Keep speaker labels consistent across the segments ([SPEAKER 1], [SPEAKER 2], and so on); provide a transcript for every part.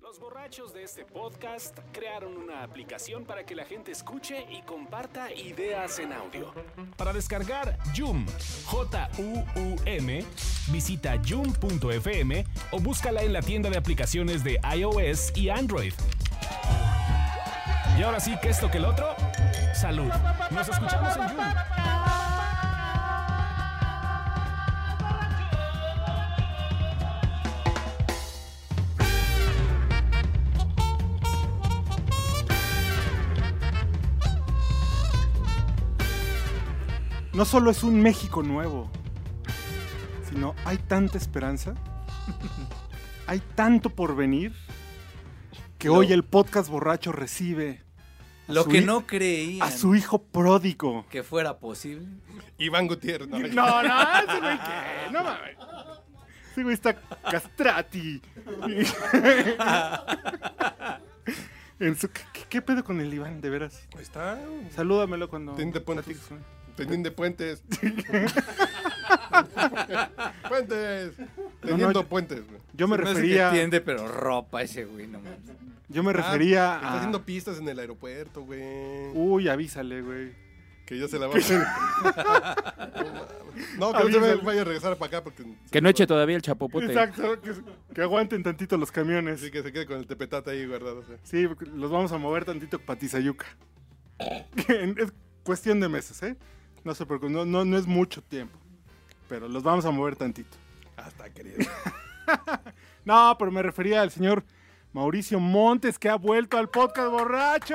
[SPEAKER 1] Los borrachos de este podcast crearon una aplicación para que la gente escuche y comparta ideas en audio. Para descargar Joom, J-U-U-M, visita joom.fm o búscala en la tienda de aplicaciones de iOS y Android. Y ahora sí que esto que el otro, salud. Nos escuchamos en Joom.
[SPEAKER 2] No solo es un México nuevo, sino hay tanta esperanza, hay tanto por venir, que
[SPEAKER 3] Lo-
[SPEAKER 2] hoy el podcast borracho recibe a
[SPEAKER 3] Lo
[SPEAKER 2] su
[SPEAKER 3] que
[SPEAKER 2] hi-
[SPEAKER 3] no creía
[SPEAKER 2] a su hijo pródigo.
[SPEAKER 3] que fuera posible.
[SPEAKER 4] Iván Gutiérrez. No,
[SPEAKER 2] No, no, ese güey qué, no mames. Ese güey está castrati. En su- ¿qué, qué pedo con el Iván, de veras?
[SPEAKER 4] Está
[SPEAKER 2] Salúdamelo cuando
[SPEAKER 4] Ten de puentes.
[SPEAKER 2] platiques con él.
[SPEAKER 4] teniendo de puentes. puentes.
[SPEAKER 2] No,
[SPEAKER 4] Teniendo
[SPEAKER 2] no, yo-
[SPEAKER 4] puentes. güey.
[SPEAKER 2] Yo me
[SPEAKER 3] Se hace que
[SPEAKER 2] refería,
[SPEAKER 3] tiende, pero ropa ese güey, no mames.
[SPEAKER 2] yo me
[SPEAKER 4] Ah,
[SPEAKER 2] refería
[SPEAKER 4] Está
[SPEAKER 2] a... Uh.
[SPEAKER 4] haciendo pistas en el aeropuerto, güey.
[SPEAKER 2] Uy, avísale, güey.
[SPEAKER 4] que ya se la va a hacer. no, que no se
[SPEAKER 2] Avísale.
[SPEAKER 4] vaya a regresar para acá porque...
[SPEAKER 5] Que no eche todavía el chapopote.
[SPEAKER 2] Exacto, que, que aguanten tantito los camiones.
[SPEAKER 4] Así que se quede con el tepetate ahí guardado. sí.
[SPEAKER 2] Sí, porque los vamos a mover tantito para Tizayuca. es cuestión de meses, ¿eh? No se preocupen, no, no, no es mucho tiempo. Pero los vamos a mover tantito.
[SPEAKER 4] Hasta querido.
[SPEAKER 2] No, pero me refería al señor Mauricio Montes que ha vuelto al podcast borracho.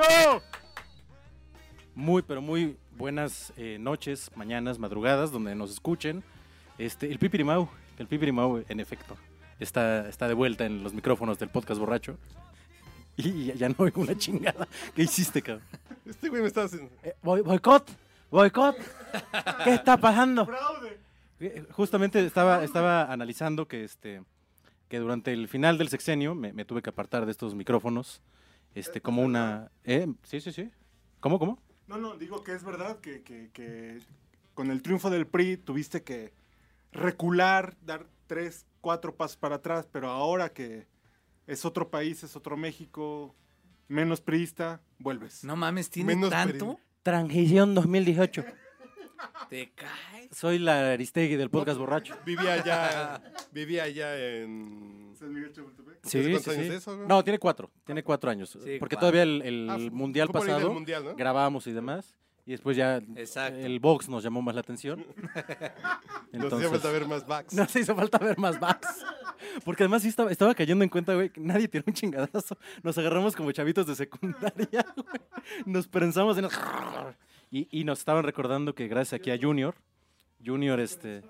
[SPEAKER 6] Muy, pero muy buenas eh, noches, mañanas, madrugadas, donde nos escuchen. Este, el Pipirimau, el Pipirimau, en efecto, está, está de vuelta en los micrófonos del podcast borracho. Y ya, ya no oigo una chingada. ¿Qué hiciste, cabrón?
[SPEAKER 4] Este güey me está haciendo...
[SPEAKER 6] Eh, boy- boicot, boicot. ¿Qué está pasando? Eh, Justamente estaba, estaba analizando que, este, que durante el final del sexenio me, me tuve que apartar de estos micrófonos. Este, como una. ¿eh? Sí, sí, sí. ¿Cómo, cómo?
[SPEAKER 2] No, no, digo que es verdad que, que- que con el triunfo del PRI tuviste que recular, dar tres, cuatro pasos para atrás, pero ahora que es otro país, es otro México, menos priista, vuelves.
[SPEAKER 3] No mames, tiene
[SPEAKER 4] Menos
[SPEAKER 3] tanto.
[SPEAKER 6] Transición 2018.
[SPEAKER 3] Te caes.
[SPEAKER 6] Soy la Aristegui del podcast borracho.
[SPEAKER 4] Vivía allá, vivía allá en...
[SPEAKER 2] San Miguel Chapultepec.
[SPEAKER 4] ¿Hace cuántos años eso, güey?
[SPEAKER 6] No, tiene cuatro. Tiene cuatro años. porque
[SPEAKER 3] cuatro.
[SPEAKER 6] todavía el, el
[SPEAKER 4] Ah, fu-
[SPEAKER 6] mundial
[SPEAKER 4] fue por ahí del
[SPEAKER 6] pasado
[SPEAKER 4] mundial, ¿no?
[SPEAKER 6] grabamos y demás. Y después ya
[SPEAKER 3] Exacto.
[SPEAKER 6] el box nos llamó más la atención.
[SPEAKER 4] Nos hacía falta ver más backs.
[SPEAKER 6] Nos hizo falta ver más backs. Porque además sí estaba, estaba cayendo en cuenta, güey, que nadie tiró un chingadazo. Nos agarramos como chavitos de secundaria, güey. Nos pensamos en... el Y, y nos estaban recordando que gracias aquí a Junior, Junior este...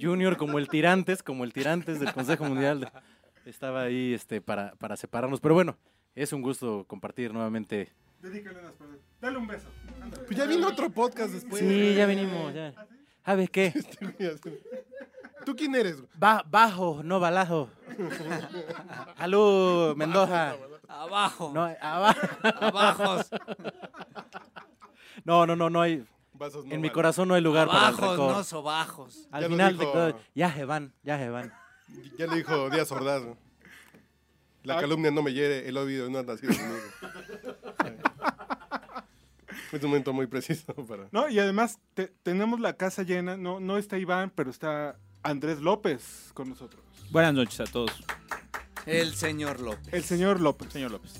[SPEAKER 6] Junior como el tirantes, como el tirantes del Consejo Mundial, de- estaba ahí este, para, para separarnos. Pero bueno, es un gusto compartir nuevamente.
[SPEAKER 2] Dedícale unas palabras. Dale un beso. Ándale.
[SPEAKER 4] Pues ya vino otro podcast después.
[SPEAKER 6] Sí, ya venimos, ya. ¿Sabes qué?
[SPEAKER 4] ¿Tú quién eres? güey?
[SPEAKER 6] Ba- bajo, no balajo. Aló, Mendoza.
[SPEAKER 3] Abajo.
[SPEAKER 6] No, eh, aba-
[SPEAKER 3] Abajos.
[SPEAKER 6] no, no, no, no hay.
[SPEAKER 4] Vasos no
[SPEAKER 6] En mi
[SPEAKER 4] valen.
[SPEAKER 6] corazón no hay lugar para el
[SPEAKER 3] Abajos, no
[SPEAKER 6] rencor.
[SPEAKER 3] sobajos.
[SPEAKER 6] Al
[SPEAKER 4] Ya lo
[SPEAKER 6] final de
[SPEAKER 4] dijo-
[SPEAKER 6] todo, ya se van, ya se van.
[SPEAKER 4] Ya le dijo Díaz Ordaz. ¿no? La calumnia no me hiere, el odio no ha nacido conmigo. Es un momento muy preciso para...
[SPEAKER 2] No, y además te- tenemos la casa llena. No, no está Iván, pero está Andrés López con nosotros.
[SPEAKER 5] Buenas noches a todos,
[SPEAKER 3] El señor López.
[SPEAKER 2] El señor López.
[SPEAKER 5] señor López.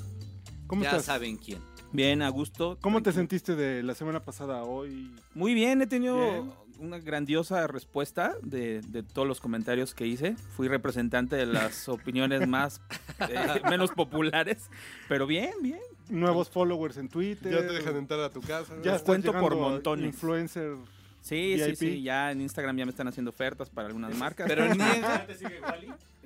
[SPEAKER 2] ¿Cómo
[SPEAKER 3] ya
[SPEAKER 2] estás?
[SPEAKER 3] saben quién.
[SPEAKER 5] Bien, a gusto.
[SPEAKER 2] ¿Cómo te
[SPEAKER 5] tranquilo.
[SPEAKER 2] sentiste de la semana pasada a hoy?
[SPEAKER 5] Muy bien, he tenido
[SPEAKER 2] Bien.
[SPEAKER 5] una grandiosa respuesta de, de todos los comentarios que hice. Fui representante de las opiniones más eh, menos populares, pero bien, bien.
[SPEAKER 2] Nuevos followers en Twitter.
[SPEAKER 4] Ya te dejan entrar a tu casa. ¿no?
[SPEAKER 2] Ya
[SPEAKER 5] Los
[SPEAKER 2] estás
[SPEAKER 5] cuento por
[SPEAKER 2] llegando a
[SPEAKER 5] montones.
[SPEAKER 2] Influencer.
[SPEAKER 5] Sí, sí,
[SPEAKER 2] VIP.
[SPEAKER 5] sí. Ya en Instagram ya me están haciendo ofertas para algunas marcas.
[SPEAKER 3] Pero niega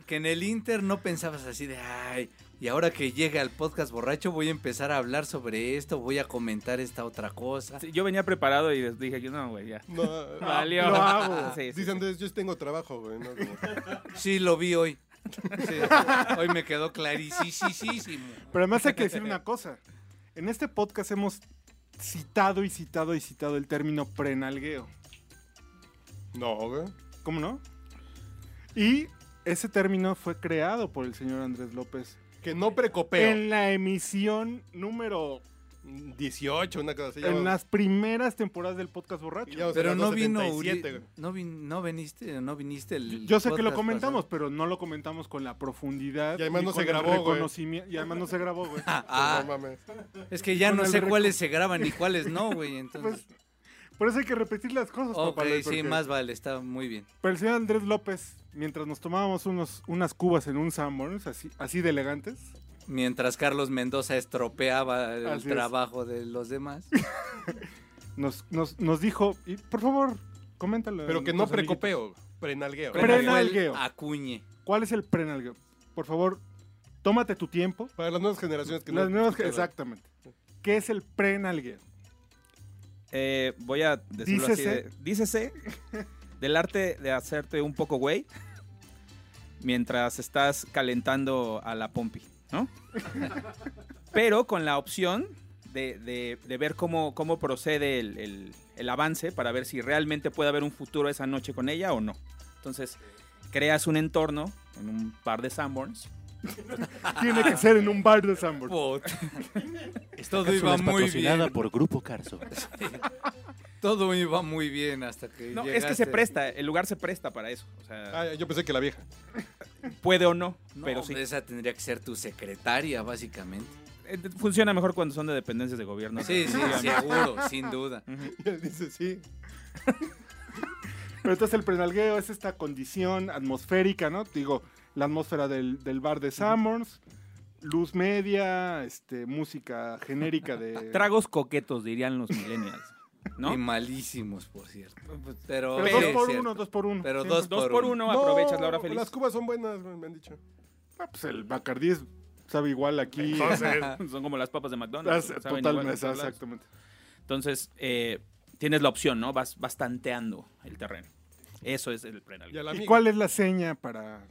[SPEAKER 3] que en el Inter no pensabas así de, ay, y ahora que llega al podcast borracho voy a empezar a hablar sobre esto, voy a comentar esta otra cosa.
[SPEAKER 5] Sí, yo venía preparado y les dije que no, güey, ya.
[SPEAKER 4] No,
[SPEAKER 5] Valió.
[SPEAKER 2] lo hago.
[SPEAKER 5] Sí, sí,
[SPEAKER 4] Dice
[SPEAKER 5] sí.
[SPEAKER 4] Andrés, yo tengo trabajo, güey. ¿no? Como-
[SPEAKER 3] Sí, lo vi hoy. Sí, hoy me quedó clarísimo.
[SPEAKER 2] Pero además hay que decir una cosa. En este podcast hemos citado y citado y citado el término prenalgueo.
[SPEAKER 4] No, güey.
[SPEAKER 2] ¿Cómo no? Y ese término fue creado por el señor Andrés López
[SPEAKER 4] que no precopeo.
[SPEAKER 2] En la emisión número.
[SPEAKER 4] 18, una cosa así. ya
[SPEAKER 2] En
[SPEAKER 4] vamos-
[SPEAKER 2] las primeras temporadas del podcast borracho.
[SPEAKER 4] ya vamos
[SPEAKER 3] Pero
[SPEAKER 4] llegando a
[SPEAKER 3] no vino Uri,
[SPEAKER 4] 77, güey.
[SPEAKER 3] no, vin- no viniste, no viniste el
[SPEAKER 2] Yo sé que lo
[SPEAKER 3] podcast
[SPEAKER 2] comentamos, pero no lo comentamos con la profundidad.
[SPEAKER 4] Y además
[SPEAKER 2] ni
[SPEAKER 4] no
[SPEAKER 2] con
[SPEAKER 4] se
[SPEAKER 2] el
[SPEAKER 4] grabó, güey.
[SPEAKER 2] reconocimiento- Y además no se grabó, güey.
[SPEAKER 3] pasado.
[SPEAKER 4] Ah,
[SPEAKER 3] Ah,
[SPEAKER 4] no mames.
[SPEAKER 3] es que ya
[SPEAKER 2] Con
[SPEAKER 3] no
[SPEAKER 2] el
[SPEAKER 3] sé
[SPEAKER 2] reco-
[SPEAKER 3] cuáles se graban y cuáles no, güey, entonces.
[SPEAKER 2] Pues, por eso hay que repetir las cosas,
[SPEAKER 3] ok,
[SPEAKER 2] papá. Luis,
[SPEAKER 3] sí,
[SPEAKER 2] porque-
[SPEAKER 3] más vale, está muy bien.
[SPEAKER 2] Pero el señor Andrés López, mientras nos tomábamos unos, unas cubas en un Sanborns, así, así de elegantes,
[SPEAKER 3] Mientras Carlos Mendoza estropeaba el
[SPEAKER 2] Así es.
[SPEAKER 3] trabajo de los demás.
[SPEAKER 2] nos, nos, nos dijo, y por favor, coméntalo.
[SPEAKER 4] Pero
[SPEAKER 2] a
[SPEAKER 4] que no
[SPEAKER 2] nuestros amiguitos.
[SPEAKER 4] precopeo, prenalgueo.
[SPEAKER 2] Pre- Prenalgueo.
[SPEAKER 3] Manuel Acuñe.
[SPEAKER 2] ¿Cuál es el prenalgueo? Por favor, tómate tu tiempo.
[SPEAKER 4] Para las nuevas generaciones que
[SPEAKER 2] Las
[SPEAKER 4] no.
[SPEAKER 2] nuevas-
[SPEAKER 4] escucharon.
[SPEAKER 2] exactamente. ¿Qué es el prenalgueo?
[SPEAKER 5] Eh, voy a decirlo
[SPEAKER 2] Dícese.
[SPEAKER 5] así. de- dícese del arte de hacerte un poco güey mientras estás calentando a la pompi, ¿no? Pero con la opción de, de- de ver cómo, cómo procede el, el- el avance para ver si realmente puede haber un futuro esa noche con ella o no. Entonces, creas un entorno en un par de Sanborns.
[SPEAKER 2] Tiene que ser en un bar de Sanborns.
[SPEAKER 3] Put.
[SPEAKER 6] Todo
[SPEAKER 3] Todo iba muy bien.
[SPEAKER 6] por Grupo Carso.
[SPEAKER 3] Todo iba muy bien hasta que
[SPEAKER 5] No, es que se
[SPEAKER 3] llegaste.
[SPEAKER 5] presta, el lugar se presta para eso. O sea,
[SPEAKER 4] Ah, yo pensé que la vieja.
[SPEAKER 5] puede o no,
[SPEAKER 3] No,
[SPEAKER 5] pero sí.
[SPEAKER 3] Esa tendría que ser tu secretaria, básicamente.
[SPEAKER 5] Eh, Funciona mejor cuando son de dependencias de gobierno.
[SPEAKER 3] Sí, sí,
[SPEAKER 5] Definitivamente.
[SPEAKER 3] seguro, sin duda.
[SPEAKER 4] Y él dice, sí.
[SPEAKER 2] Este, Pero entonces el prenalgueo es esta condición atmosférica, ¿no? Digo, la atmósfera del, del bar de Sanborns, luz media, este, música genérica de...
[SPEAKER 5] Tragos coquetos, dirían los millennials. ¿No?
[SPEAKER 3] Y malísimos, por cierto.
[SPEAKER 4] Pues,
[SPEAKER 3] Pero,
[SPEAKER 2] Pero dos
[SPEAKER 3] sí,
[SPEAKER 2] por
[SPEAKER 3] cierto.
[SPEAKER 2] uno, dos por uno.
[SPEAKER 3] Pero
[SPEAKER 2] Sí.
[SPEAKER 3] dos,
[SPEAKER 5] Dos
[SPEAKER 3] por,
[SPEAKER 5] por
[SPEAKER 3] uno.
[SPEAKER 5] uno, aprovechas la hora
[SPEAKER 4] No, pues,
[SPEAKER 5] feliz.
[SPEAKER 4] Las cubas son buenas, me me han dicho.
[SPEAKER 2] Ah, pues el Bacardí es- sabe igual aquí.
[SPEAKER 5] Ah, Son como las papas de McDonald's.
[SPEAKER 2] Las-
[SPEAKER 5] saben igual en
[SPEAKER 2] totalmente,
[SPEAKER 5] todos lados.
[SPEAKER 2] exactamente.
[SPEAKER 5] Entonces, eh, tienes la opción, ¿no? Vas, vas tanteando el terreno. Eso es el prenal.
[SPEAKER 4] Y, a la
[SPEAKER 2] ¿Y
[SPEAKER 4] amiga.
[SPEAKER 2] cuál es la seña para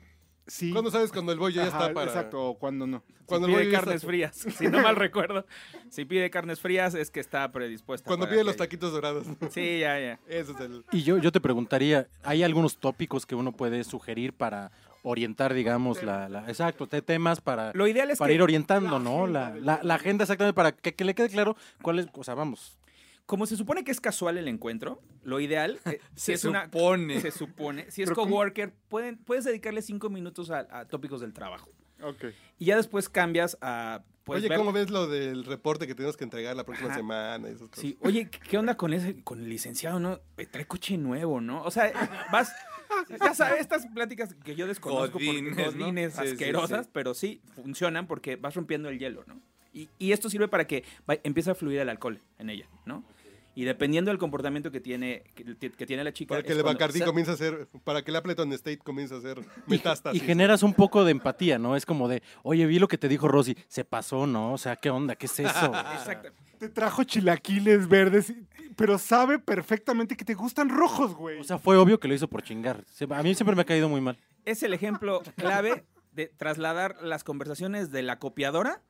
[SPEAKER 2] sí?
[SPEAKER 4] ¿Cuándo sabes cuando el bollo ya
[SPEAKER 2] Ajá,
[SPEAKER 4] está para...?
[SPEAKER 2] Exacto, o cuándo no.
[SPEAKER 4] Cuando
[SPEAKER 5] si
[SPEAKER 4] el
[SPEAKER 5] pide
[SPEAKER 4] bollo ya
[SPEAKER 5] carnes
[SPEAKER 4] está-
[SPEAKER 5] frías, si no mal recuerdo. Si pide carnes frías es que está predispuesta.
[SPEAKER 4] Cuando
[SPEAKER 5] para
[SPEAKER 4] pide los
[SPEAKER 5] aquello.
[SPEAKER 4] taquitos dorados.
[SPEAKER 5] Sí, ya, ya.
[SPEAKER 4] Ese es el...
[SPEAKER 6] Y yo, yo te preguntaría, ¿hay algunos tópicos que uno puede sugerir para orientar, digamos, la... la- exacto, te- temas para,
[SPEAKER 5] Lo ideal es
[SPEAKER 6] para
[SPEAKER 5] que,
[SPEAKER 6] ir orientando, ¿no? La, la- la agenda exactamente para que, que le quede claro cuál es... O sea, vamos.
[SPEAKER 5] como se supone que es casual el encuentro, lo ideal, eh, si
[SPEAKER 3] Se
[SPEAKER 5] es una,
[SPEAKER 3] supone.
[SPEAKER 5] se supone, si es
[SPEAKER 2] Pero ¿cómo?
[SPEAKER 5] coworker, pueden, puedes dedicarle cinco minutos a- a tópicos del trabajo.
[SPEAKER 2] Ok.
[SPEAKER 5] Y ya después cambias a. Pues,
[SPEAKER 4] Oye,
[SPEAKER 5] ver-
[SPEAKER 4] ¿cómo ves lo del reporte que tenemos que entregar la próxima
[SPEAKER 5] Ajá.
[SPEAKER 4] semana? Y esas cosas?
[SPEAKER 5] Sí, oye, ¿qué qué onda con ese, con el licenciado, no? Eh, Trae coche nuevo, ¿no? O sea, eh, vas. Ya sabes, estas pláticas que yo desconozco
[SPEAKER 3] Godines,
[SPEAKER 5] porque
[SPEAKER 3] ¿no?
[SPEAKER 5] godines
[SPEAKER 3] Sí, sí,
[SPEAKER 5] asquerosas,
[SPEAKER 3] sí.
[SPEAKER 5] pero sí funcionan porque vas rompiendo el hielo, ¿no? Y, y esto sirve para que va- empiece a fluir el alcohol en ella, ¿no? Y dependiendo del comportamiento que tiene, que, que tiene la chica.
[SPEAKER 4] Para que
[SPEAKER 5] es
[SPEAKER 4] el
[SPEAKER 5] cuando-
[SPEAKER 4] Bacardí
[SPEAKER 5] o sea,
[SPEAKER 4] comience a hacer... Para que el Appleton State comience a hacer
[SPEAKER 6] Y, y
[SPEAKER 4] metástasis.
[SPEAKER 6] generas un poco de empatía, ¿no? Es como de, oye, vi lo que te dijo Rosy, se pasó, ¿no? O sea, ¿qué onda? ¿Qué es eso?
[SPEAKER 5] Exacto.
[SPEAKER 2] Te trajo chilaquiles verdes, y- pero sabe perfectamente que te gustan rojos, güey.
[SPEAKER 6] O sea, fue obvio que lo hizo por chingar. Se- A mí siempre me ha caído muy mal.
[SPEAKER 5] es el ejemplo clave de trasladar las conversaciones de la copiadora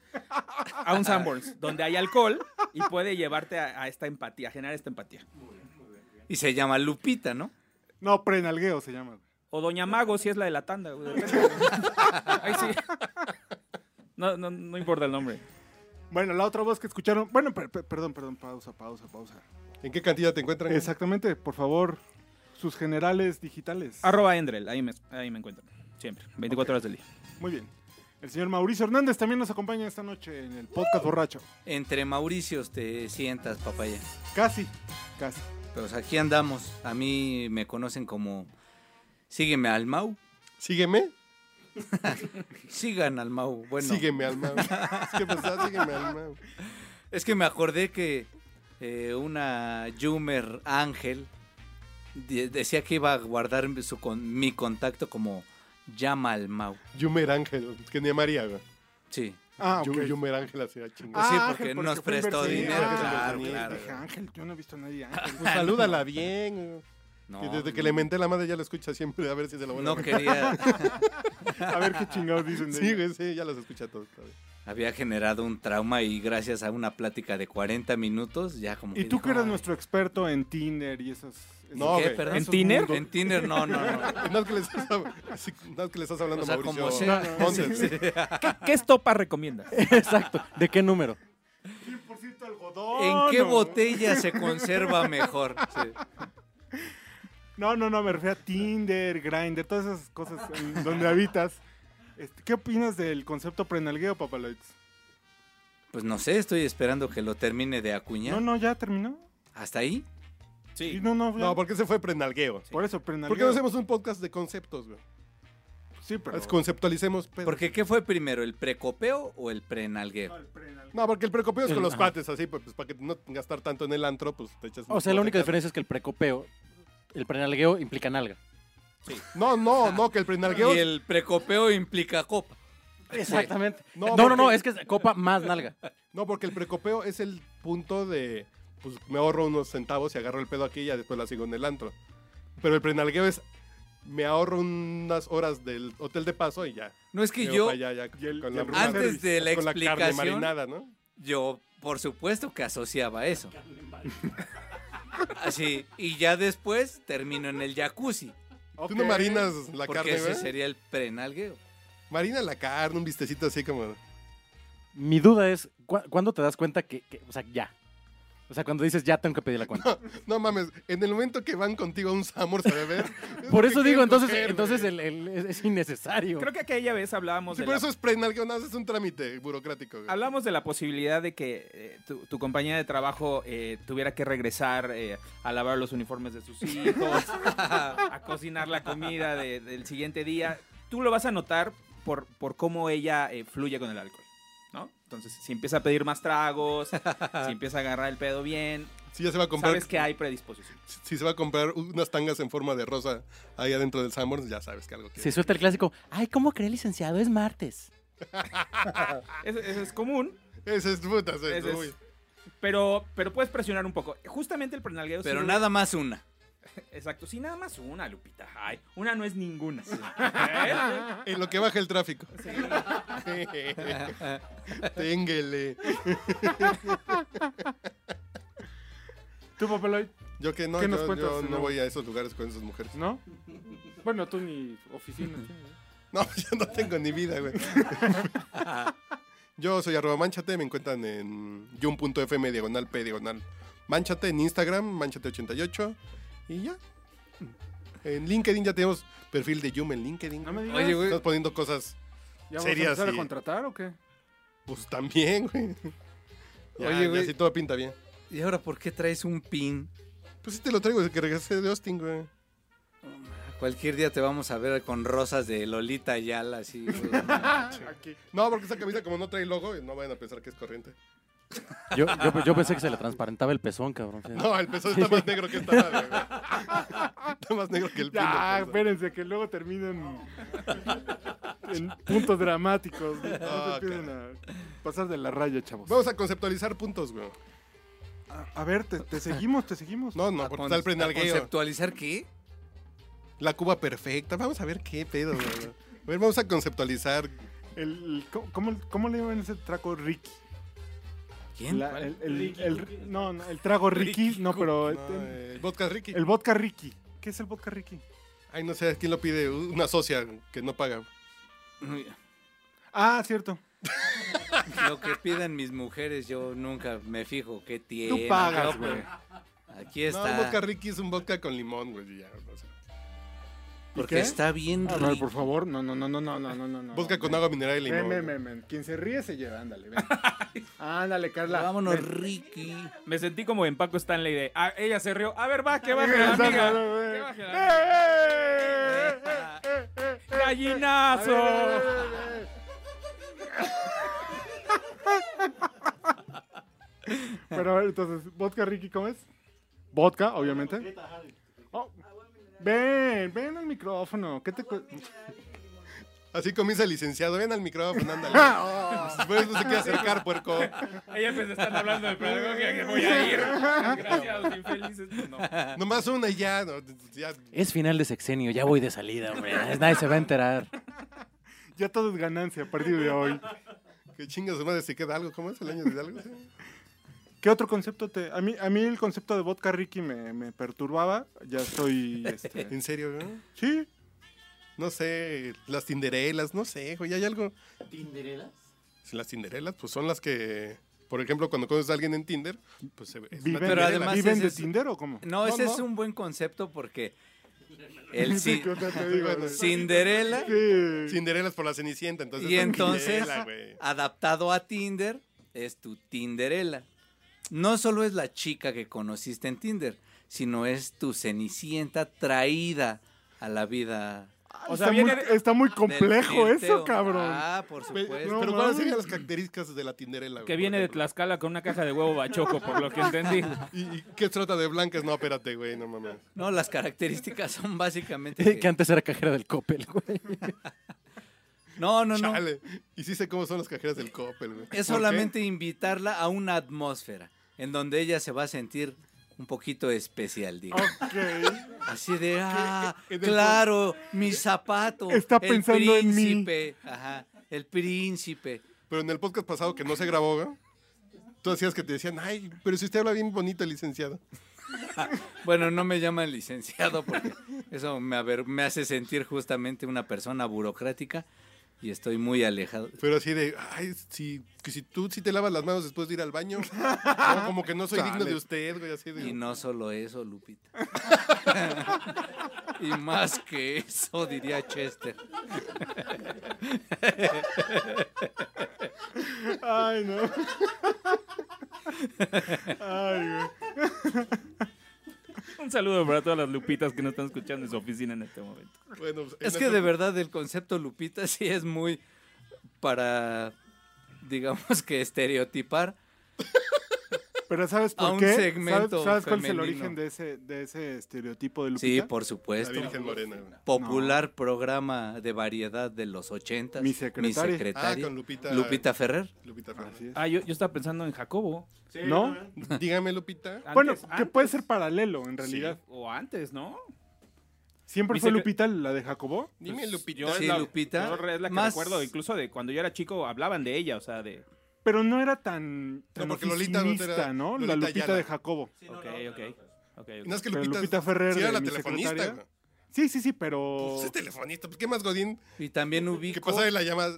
[SPEAKER 5] a un Sanborns, donde hay alcohol y puede llevarte a, a esta empatía, a generar esta empatía.
[SPEAKER 3] Y se llama Lupita, ¿no?
[SPEAKER 2] no, prenalgueo se llama.
[SPEAKER 5] O Doña Mago, si es la de la tanda. güey, de repente. Ahí sí. No, no, no importa el nombre.
[SPEAKER 2] Bueno, la otra voz que escucharon. Bueno, per- per- perdón, perdón, pausa, pausa, pausa.
[SPEAKER 4] ¿En qué cantidad te encuentran?
[SPEAKER 2] Exactamente, por favor, sus generales digitales.
[SPEAKER 5] Arroba Endrel, ahí me, ahí me encuentro. Siempre, 24 horas del día.
[SPEAKER 2] Muy bien. El señor Mauricio Hernández también nos acompaña esta noche en el podcast borracho.
[SPEAKER 3] Entre Mauricios te sientas, papaya.
[SPEAKER 2] Casi, casi.
[SPEAKER 3] Pero o sea, aquí andamos. A mí me conocen como sígueme al Mau.
[SPEAKER 4] Sígueme.
[SPEAKER 3] Sigan al Mau. Bueno,
[SPEAKER 4] Sígueme, Alma. Es que pensaba, sígueme, Alma.
[SPEAKER 3] es que me acordé que eh, una Jumer Ángel de- decía que iba a guardar su con- mi contacto como llama al Mau.
[SPEAKER 4] Yumer Ángel. Que ni a María, güey.
[SPEAKER 3] Sí.
[SPEAKER 2] Ah, ok.
[SPEAKER 4] Yu- Yumer Ángel hacía
[SPEAKER 3] Ah,
[SPEAKER 4] chingada.
[SPEAKER 3] sí, porque nos
[SPEAKER 2] fue
[SPEAKER 3] prestó
[SPEAKER 2] inversionista.
[SPEAKER 4] dinero,
[SPEAKER 2] Ah,
[SPEAKER 4] claro,
[SPEAKER 2] ok.
[SPEAKER 3] claro.
[SPEAKER 2] Dije, Ángel, yo no he visto a nadie. Ángel.
[SPEAKER 4] Pues salúdala bien. güey.
[SPEAKER 3] No,
[SPEAKER 4] Que desde que le menté la madre ya la escucha siempre, a ver si se la vuelve
[SPEAKER 3] no quería.
[SPEAKER 2] A ver qué chingados dicen de
[SPEAKER 4] Sí,
[SPEAKER 2] ella.
[SPEAKER 4] güey, sí, ya los escucha todos. está bien.
[SPEAKER 3] había generado un trauma y gracias a una plática de 40 minutos ya como...
[SPEAKER 2] Y tú que eres nuestro experto en Tinder y esas... esas-
[SPEAKER 4] No, güey.
[SPEAKER 3] ¿Perdón?
[SPEAKER 5] ¿En
[SPEAKER 2] esos
[SPEAKER 5] Tinder?
[SPEAKER 2] mundos.
[SPEAKER 3] En Tinder no, no, no.
[SPEAKER 4] No es que le estás, sí, no es que le estás hablando
[SPEAKER 3] O
[SPEAKER 4] a
[SPEAKER 3] sea,
[SPEAKER 4] Mauricio.
[SPEAKER 3] como sea.
[SPEAKER 4] Montes.
[SPEAKER 5] ¿Qué, qué estopa recomiendas?
[SPEAKER 6] Exacto. ¿De qué número?
[SPEAKER 2] 100% algodón.
[SPEAKER 3] ¿En qué
[SPEAKER 2] o-
[SPEAKER 3] botella se conserva mejor? Sí.
[SPEAKER 2] No, no, no, me refiero a Tinder, Grindr, todas esas cosas en donde habitas. Este, ¿Qué opinas del concepto prenalgueo, papaloids?
[SPEAKER 3] Pues no sé, estoy esperando que lo termine de acuñar.
[SPEAKER 2] No, no, ya terminó.
[SPEAKER 3] ¿Hasta ahí?
[SPEAKER 2] Y
[SPEAKER 5] Sí.
[SPEAKER 2] no, no, ya.
[SPEAKER 4] No, porque se fue prenalgueo.
[SPEAKER 2] por eso prenalgueo.
[SPEAKER 4] ¿Por qué no hacemos un podcast de conceptos, güey?
[SPEAKER 2] Sí, pero...
[SPEAKER 4] Pues Conceptualicemos. pedos.
[SPEAKER 3] Porque ¿qué fue primero, el precopeo o el prenalgueo?
[SPEAKER 4] No, porque el precopeo es con
[SPEAKER 6] El-
[SPEAKER 4] los
[SPEAKER 6] ajá.
[SPEAKER 4] cuates, así, pues, para que no gastar tanto en el antro, pues te echas.
[SPEAKER 6] O sea, la única diferencia es que el precopeo, el prenalgueo implica nalga.
[SPEAKER 4] No, no, no, que el prenalgueo.
[SPEAKER 3] Y el precopeo implica copa.
[SPEAKER 6] Exactamente.
[SPEAKER 4] No,
[SPEAKER 6] No, no, no,
[SPEAKER 4] porque-
[SPEAKER 6] es que es copa más nalga.
[SPEAKER 4] No, porque el precopeo es el punto de. Pues me ahorro unos centavos y agarro el pedo aquí y ya después la sigo en el antro. Pero el prenalgueo es. Me ahorro unas horas del hotel de paso y ya.
[SPEAKER 3] No es que
[SPEAKER 4] Llego
[SPEAKER 3] yo,
[SPEAKER 4] pa' allá ya
[SPEAKER 2] y el-
[SPEAKER 4] con
[SPEAKER 2] y
[SPEAKER 4] la
[SPEAKER 2] el room
[SPEAKER 4] hamburguesa,
[SPEAKER 3] antes de la
[SPEAKER 4] con la carne
[SPEAKER 3] explicación,
[SPEAKER 4] marinada, ¿no?
[SPEAKER 3] yo por supuesto que asociaba eso. Así, y ya después termino en el jacuzzi,
[SPEAKER 4] Tú no marinas la
[SPEAKER 3] porque
[SPEAKER 4] carne,
[SPEAKER 3] ese
[SPEAKER 4] güey.
[SPEAKER 3] sería el prenalgueo.
[SPEAKER 4] Marina la carne, un vistecito así como.
[SPEAKER 6] Mi duda es, ¿cu- ¿cuándo te das cuenta que, que- o sea, ya? O sea, cuando dices, ya tengo que pedir la cuenta.
[SPEAKER 4] No mames, en el momento que van contigo a un Samors a beber. es
[SPEAKER 6] Por
[SPEAKER 4] lo
[SPEAKER 6] eso
[SPEAKER 4] que quieren
[SPEAKER 6] digo, entonces,
[SPEAKER 4] coger,
[SPEAKER 6] entonces
[SPEAKER 4] güey.
[SPEAKER 6] el, el- es, es innecesario.
[SPEAKER 5] Creo que aquella vez hablábamos
[SPEAKER 4] Sí,
[SPEAKER 5] de
[SPEAKER 4] por
[SPEAKER 5] la-
[SPEAKER 4] eso es prenalgueo, nada, más es un trámite burocrático, güey.
[SPEAKER 5] Hablamos de la posibilidad de que eh, tu, tu compañía de trabajo eh, tuviera que regresar eh, a lavar los uniformes de sus hijos, a, a cocinar la comida de- del siguiente día. Tú lo vas a notar por, por cómo ella eh, fluye con el alcohol, ¿no? Entonces, si empieza a pedir más tragos, si empieza a agarrar el pedo bien,
[SPEAKER 4] Sí, ya se va a comprar.
[SPEAKER 5] sabes que hay predisposición.
[SPEAKER 4] Si se va a comprar unas tangas en forma de rosa ahí adentro del Sanborns, ya sabes que algo que.
[SPEAKER 6] Se suelta el clásico, ay, ¿cómo cree licenciado? Es martes.
[SPEAKER 5] Eso- eso es común,
[SPEAKER 4] Ese es puta, sí,
[SPEAKER 5] Ese es-
[SPEAKER 4] uy.
[SPEAKER 5] pero, pero puedes presionar un poco. Justamente el prenalgueo...
[SPEAKER 3] Pero
[SPEAKER 5] sirve-
[SPEAKER 3] nada más una.
[SPEAKER 5] Exacto, sí, nada más una, Lupita. Ay, una no es ninguna.
[SPEAKER 4] En lo que baja el tráfico.
[SPEAKER 5] Sí.
[SPEAKER 4] Téngele.
[SPEAKER 2] ¿Tú, papaloid?
[SPEAKER 4] Yo que no,
[SPEAKER 2] ¿Qué nos
[SPEAKER 4] yo-
[SPEAKER 2] cuentas,
[SPEAKER 4] yo no
[SPEAKER 2] señor?
[SPEAKER 4] voy a esos lugares con esas mujeres.
[SPEAKER 2] ¿No? Bueno, tú ni oficina.
[SPEAKER 4] No, yo no tengo ni vida, güey. Yo soy arroba manchate, me encuentran en yun.fm diagonal p diagonal manchate en Instagram, manchate88 y ya. En LinkedIn ya tenemos perfil de Yum en LinkedIn.
[SPEAKER 2] No me digas.
[SPEAKER 4] Oye, güey. Estás poniendo cosas,
[SPEAKER 2] ¿Ya vamos a
[SPEAKER 4] Sería
[SPEAKER 2] empezar a
[SPEAKER 4] así.
[SPEAKER 2] contratar o qué?
[SPEAKER 4] pues también, güey.
[SPEAKER 3] Oye,
[SPEAKER 4] Ya, Oye,
[SPEAKER 3] güey.
[SPEAKER 4] güey. Así todo pinta bien.
[SPEAKER 3] ¿Y ahora por qué traes un pin?
[SPEAKER 4] Pues sí te lo traigo desde que regresé de Austin, güey.
[SPEAKER 3] Cualquier día te vamos a ver con rosas de Lolita Ayala, así. güey.
[SPEAKER 2] Ah, Aquí.
[SPEAKER 4] No, porque esa camisa como no trae logo, no vayan a pensar que es corriente.
[SPEAKER 2] Eh.
[SPEAKER 6] Yo, yo, yo pensé que se le transparentaba el pezón, cabrón.
[SPEAKER 4] No, el pezón está más negro que esta madre, güey. Está más negro que el pino.
[SPEAKER 2] Ya,
[SPEAKER 4] pues.
[SPEAKER 2] espérense, que luego terminan en puntos dramáticos. No, No
[SPEAKER 4] Ah,
[SPEAKER 2] se empiecen a pasar de la raya, chavos.
[SPEAKER 4] Vamos a conceptualizar puntos, güey.
[SPEAKER 2] A ver, te, te seguimos, te seguimos.
[SPEAKER 4] No, no, porque está el prenalgueo.
[SPEAKER 3] ¿Conceptualizar qué?
[SPEAKER 4] La Cuba perfecta. Vamos a ver qué pedo, güey. A ver, vamos a conceptualizar.
[SPEAKER 2] El, el- ¿cómo- ¿cómo, cómo le llaman ese trago Ricky?
[SPEAKER 3] ¿Quién?
[SPEAKER 2] La- el, el- el- no, no, el trago Ricky, no, pero este,
[SPEAKER 4] No,
[SPEAKER 2] el,
[SPEAKER 4] eh, vodka Ricky.
[SPEAKER 2] el vodka Ricky. ¿Qué es el vodka Ricky?
[SPEAKER 4] Ay, no sé, ¿quién lo pide? Una socia que no paga.
[SPEAKER 2] Ah, cierto.
[SPEAKER 3] Lo que pidan mis mujeres, yo nunca me fijo qué tiene.
[SPEAKER 2] Tú pagas, güey.
[SPEAKER 3] Aquí
[SPEAKER 4] No, el
[SPEAKER 3] está.
[SPEAKER 4] vodka Ricky es un vodka con limón, güey. y ya, o sea.
[SPEAKER 3] porque
[SPEAKER 2] ¿Y qué?
[SPEAKER 3] está bien
[SPEAKER 2] A ver,
[SPEAKER 3] rico.
[SPEAKER 2] por favor. Ah, No, no, no, no, no, no, no, no. no.
[SPEAKER 4] Vodka con agua mineral y
[SPEAKER 2] Ven,
[SPEAKER 4] limón.
[SPEAKER 2] ven,
[SPEAKER 4] güey.
[SPEAKER 2] ven, ven. Quien se ríe se lleva, ándale, ven. Ándale, Carla.
[SPEAKER 3] Vámonos,
[SPEAKER 2] Ven.
[SPEAKER 3] Ricky.
[SPEAKER 5] Me sentí como en Paco Stanley de, "Ah, ella se rió, a ver, va, que baje la
[SPEAKER 2] Exacto,
[SPEAKER 5] amiga.
[SPEAKER 2] ven.
[SPEAKER 5] Que baje la
[SPEAKER 2] ¡Eh, eh, eh, eh, eh! A ver, a ver,
[SPEAKER 5] ¡Gallinazo!
[SPEAKER 2] a ver, a ver. Pero a ver, entonces, vodka Ricky, ¿cómo es? Vodka, obviamente. Oh, Ven, ven al micrófono. ¿Qué te cu-
[SPEAKER 4] Así comienza el licenciado. Ven al micrófono, ándale.
[SPEAKER 3] Ah,
[SPEAKER 4] Pues no se quiere acercar, puerco.
[SPEAKER 5] Ellas me pues están hablando del pedagogía que voy a ir. Desgraciados, infelices. pues No.
[SPEAKER 4] Nomás una y ya. no, ya.
[SPEAKER 6] Es final de sexenio, ya voy de salida, hombre. Nadie se va a enterar.
[SPEAKER 2] Ya todo es ganancia a partir de hoy.
[SPEAKER 4] Que chingas de madre si queda algo. ¿Cómo es el año de algo? Sí.
[SPEAKER 2] ¿Qué otro concepto te.? A mí, a mí el concepto de vodka Ricky me, me perturbaba. Ya soy. Este,
[SPEAKER 4] ¿En serio, no?
[SPEAKER 2] sí,
[SPEAKER 4] No sé, las tinderelas, no sé, güey, hay algo. ¿Tinderelas? Las tinderelas, pues son las que, por ejemplo, cuando conoces a alguien en Tinder, pues se ve. es una
[SPEAKER 2] ¿Viven,
[SPEAKER 4] tinderela.
[SPEAKER 3] además
[SPEAKER 2] ¿viven
[SPEAKER 3] ese
[SPEAKER 2] de
[SPEAKER 3] es-
[SPEAKER 2] Tinder o cómo?
[SPEAKER 3] No, ese
[SPEAKER 4] no.
[SPEAKER 3] es un buen concepto porque el
[SPEAKER 2] Sí,
[SPEAKER 3] ci-
[SPEAKER 2] ¿qué onda te digo?
[SPEAKER 4] Bueno,
[SPEAKER 3] Cinderella
[SPEAKER 2] Sí.
[SPEAKER 4] Cinderelas por la Cenicienta, entonces.
[SPEAKER 3] y
[SPEAKER 4] son
[SPEAKER 3] entonces
[SPEAKER 4] Tinderela, güey.
[SPEAKER 3] adaptado a Tinder es tu Tinderela. No solo es la chica que conociste en Tinder, sino es tu Cenicienta traída a la vida.
[SPEAKER 5] O
[SPEAKER 2] está,
[SPEAKER 5] sea, viene
[SPEAKER 2] muy,
[SPEAKER 5] de-
[SPEAKER 2] está muy
[SPEAKER 3] del
[SPEAKER 2] complejo eso,
[SPEAKER 3] flirteo.
[SPEAKER 2] cabrón.
[SPEAKER 3] Ah, por supuesto.
[SPEAKER 2] no
[SPEAKER 4] Pero ¿cuáles
[SPEAKER 2] mames.
[SPEAKER 4] serían las características de la Tinderela? güey,
[SPEAKER 7] Que
[SPEAKER 4] por
[SPEAKER 7] viene de
[SPEAKER 4] ejemplo?
[SPEAKER 7] Tlaxcala con una caja de huevo bachoco, por lo que entendí.
[SPEAKER 4] ¿Y, y qué trata de blancas? No, espérate, güey, no mames.
[SPEAKER 3] No, las características son básicamente. que-
[SPEAKER 6] Que antes era cajera del Coppel, güey.
[SPEAKER 3] no, no, no.
[SPEAKER 4] Chale. Y sí sé cómo son las cajeras del Coppel, güey. ¿Por qué?
[SPEAKER 3] Es solamente invitarla a una atmósfera en donde ella se va a sentir un poquito especial, digo.
[SPEAKER 2] Ok.
[SPEAKER 3] Así de, ah,
[SPEAKER 4] en el
[SPEAKER 3] claro, mi zapato.
[SPEAKER 2] Está pensando
[SPEAKER 3] el
[SPEAKER 2] en mí.
[SPEAKER 3] príncipe, Ajá, el príncipe.
[SPEAKER 4] Pero en el podcast pasado que no se grabó, güey. Tú decías que te decían, ay, pero si usted habla bien bonito, licenciado.
[SPEAKER 3] Bueno, no me llaman licenciado porque eso me, aver- me hace sentir justamente una persona burocrática y estoy muy alejado.
[SPEAKER 4] Pero así de, ay, si, que si tú sí te lavas las manos después de ir al baño, no, como que no soy digno de usted, güey, así
[SPEAKER 3] Y
[SPEAKER 4] de.
[SPEAKER 3] no solo eso, Lupita. y más que eso, diría Chester.
[SPEAKER 2] Ay, no. Ay, güey.
[SPEAKER 7] Un saludo para todas las lupitas que nos están escuchando en su oficina en este momento.
[SPEAKER 4] Bueno, pues, en
[SPEAKER 3] Es que
[SPEAKER 4] otro-
[SPEAKER 3] de verdad el concepto Lupita sí es muy para, digamos que estereotipar.
[SPEAKER 2] Pero ¿sabes
[SPEAKER 3] A
[SPEAKER 2] por
[SPEAKER 3] un
[SPEAKER 2] qué?
[SPEAKER 3] segmento
[SPEAKER 2] ¿Sabes, sabes cuál es el
[SPEAKER 3] femenino.
[SPEAKER 2] origen de ese, de ese estereotipo de
[SPEAKER 3] Sí,
[SPEAKER 2] Lupita?
[SPEAKER 3] por
[SPEAKER 4] La
[SPEAKER 3] supuesto.
[SPEAKER 4] Virgen Morena, güey.
[SPEAKER 3] Popular programa de variedad de los ochentas.
[SPEAKER 2] Mi secretaria.
[SPEAKER 4] Ah,
[SPEAKER 3] secretaria.
[SPEAKER 4] con Lupita.
[SPEAKER 3] Lupita Ferrer.
[SPEAKER 4] Lupita Fernández.
[SPEAKER 2] Así es.
[SPEAKER 7] Ah, yo, yo estaba pensando en Jacobo.
[SPEAKER 2] ¿No?
[SPEAKER 4] Dígame, Lupita.
[SPEAKER 7] Antes-
[SPEAKER 2] Bueno, que
[SPEAKER 7] antes-
[SPEAKER 2] puede ser paralelo, en realidad.
[SPEAKER 7] O antes, ¿no?
[SPEAKER 2] ¿Siempre
[SPEAKER 7] Mi
[SPEAKER 2] fue
[SPEAKER 7] secre-
[SPEAKER 2] Lupita la de Jacobo?
[SPEAKER 4] Dime,
[SPEAKER 7] Pues,
[SPEAKER 4] Lupita.
[SPEAKER 7] yo es
[SPEAKER 3] Sí,
[SPEAKER 7] la-
[SPEAKER 3] Lupita.
[SPEAKER 7] yo es la que
[SPEAKER 3] Más-
[SPEAKER 7] recuerdo, incluso de cuando yo era chico hablaban de ella, o sea, de...
[SPEAKER 2] Pero no era tan, tan
[SPEAKER 4] porque Lolita no
[SPEAKER 2] oficinista,
[SPEAKER 4] era-
[SPEAKER 2] ¿no? La
[SPEAKER 4] Lolita
[SPEAKER 2] Lupita
[SPEAKER 4] Ayala.
[SPEAKER 2] de Jacobo.
[SPEAKER 7] ok, ok. ok, ok.
[SPEAKER 4] No es que
[SPEAKER 2] Pero
[SPEAKER 4] Lupita,
[SPEAKER 2] Lupita Ferrer
[SPEAKER 4] Sí, era
[SPEAKER 2] de
[SPEAKER 4] la
[SPEAKER 2] mi
[SPEAKER 4] telefonista,
[SPEAKER 2] secretaria.
[SPEAKER 4] güey.
[SPEAKER 2] Sí, sí, sí, pero...
[SPEAKER 4] Pues es telefonista. Pues, ¿Qué más, Godín?
[SPEAKER 3] Y también
[SPEAKER 4] ¿Qué
[SPEAKER 3] ubico
[SPEAKER 4] pasa de la llamada?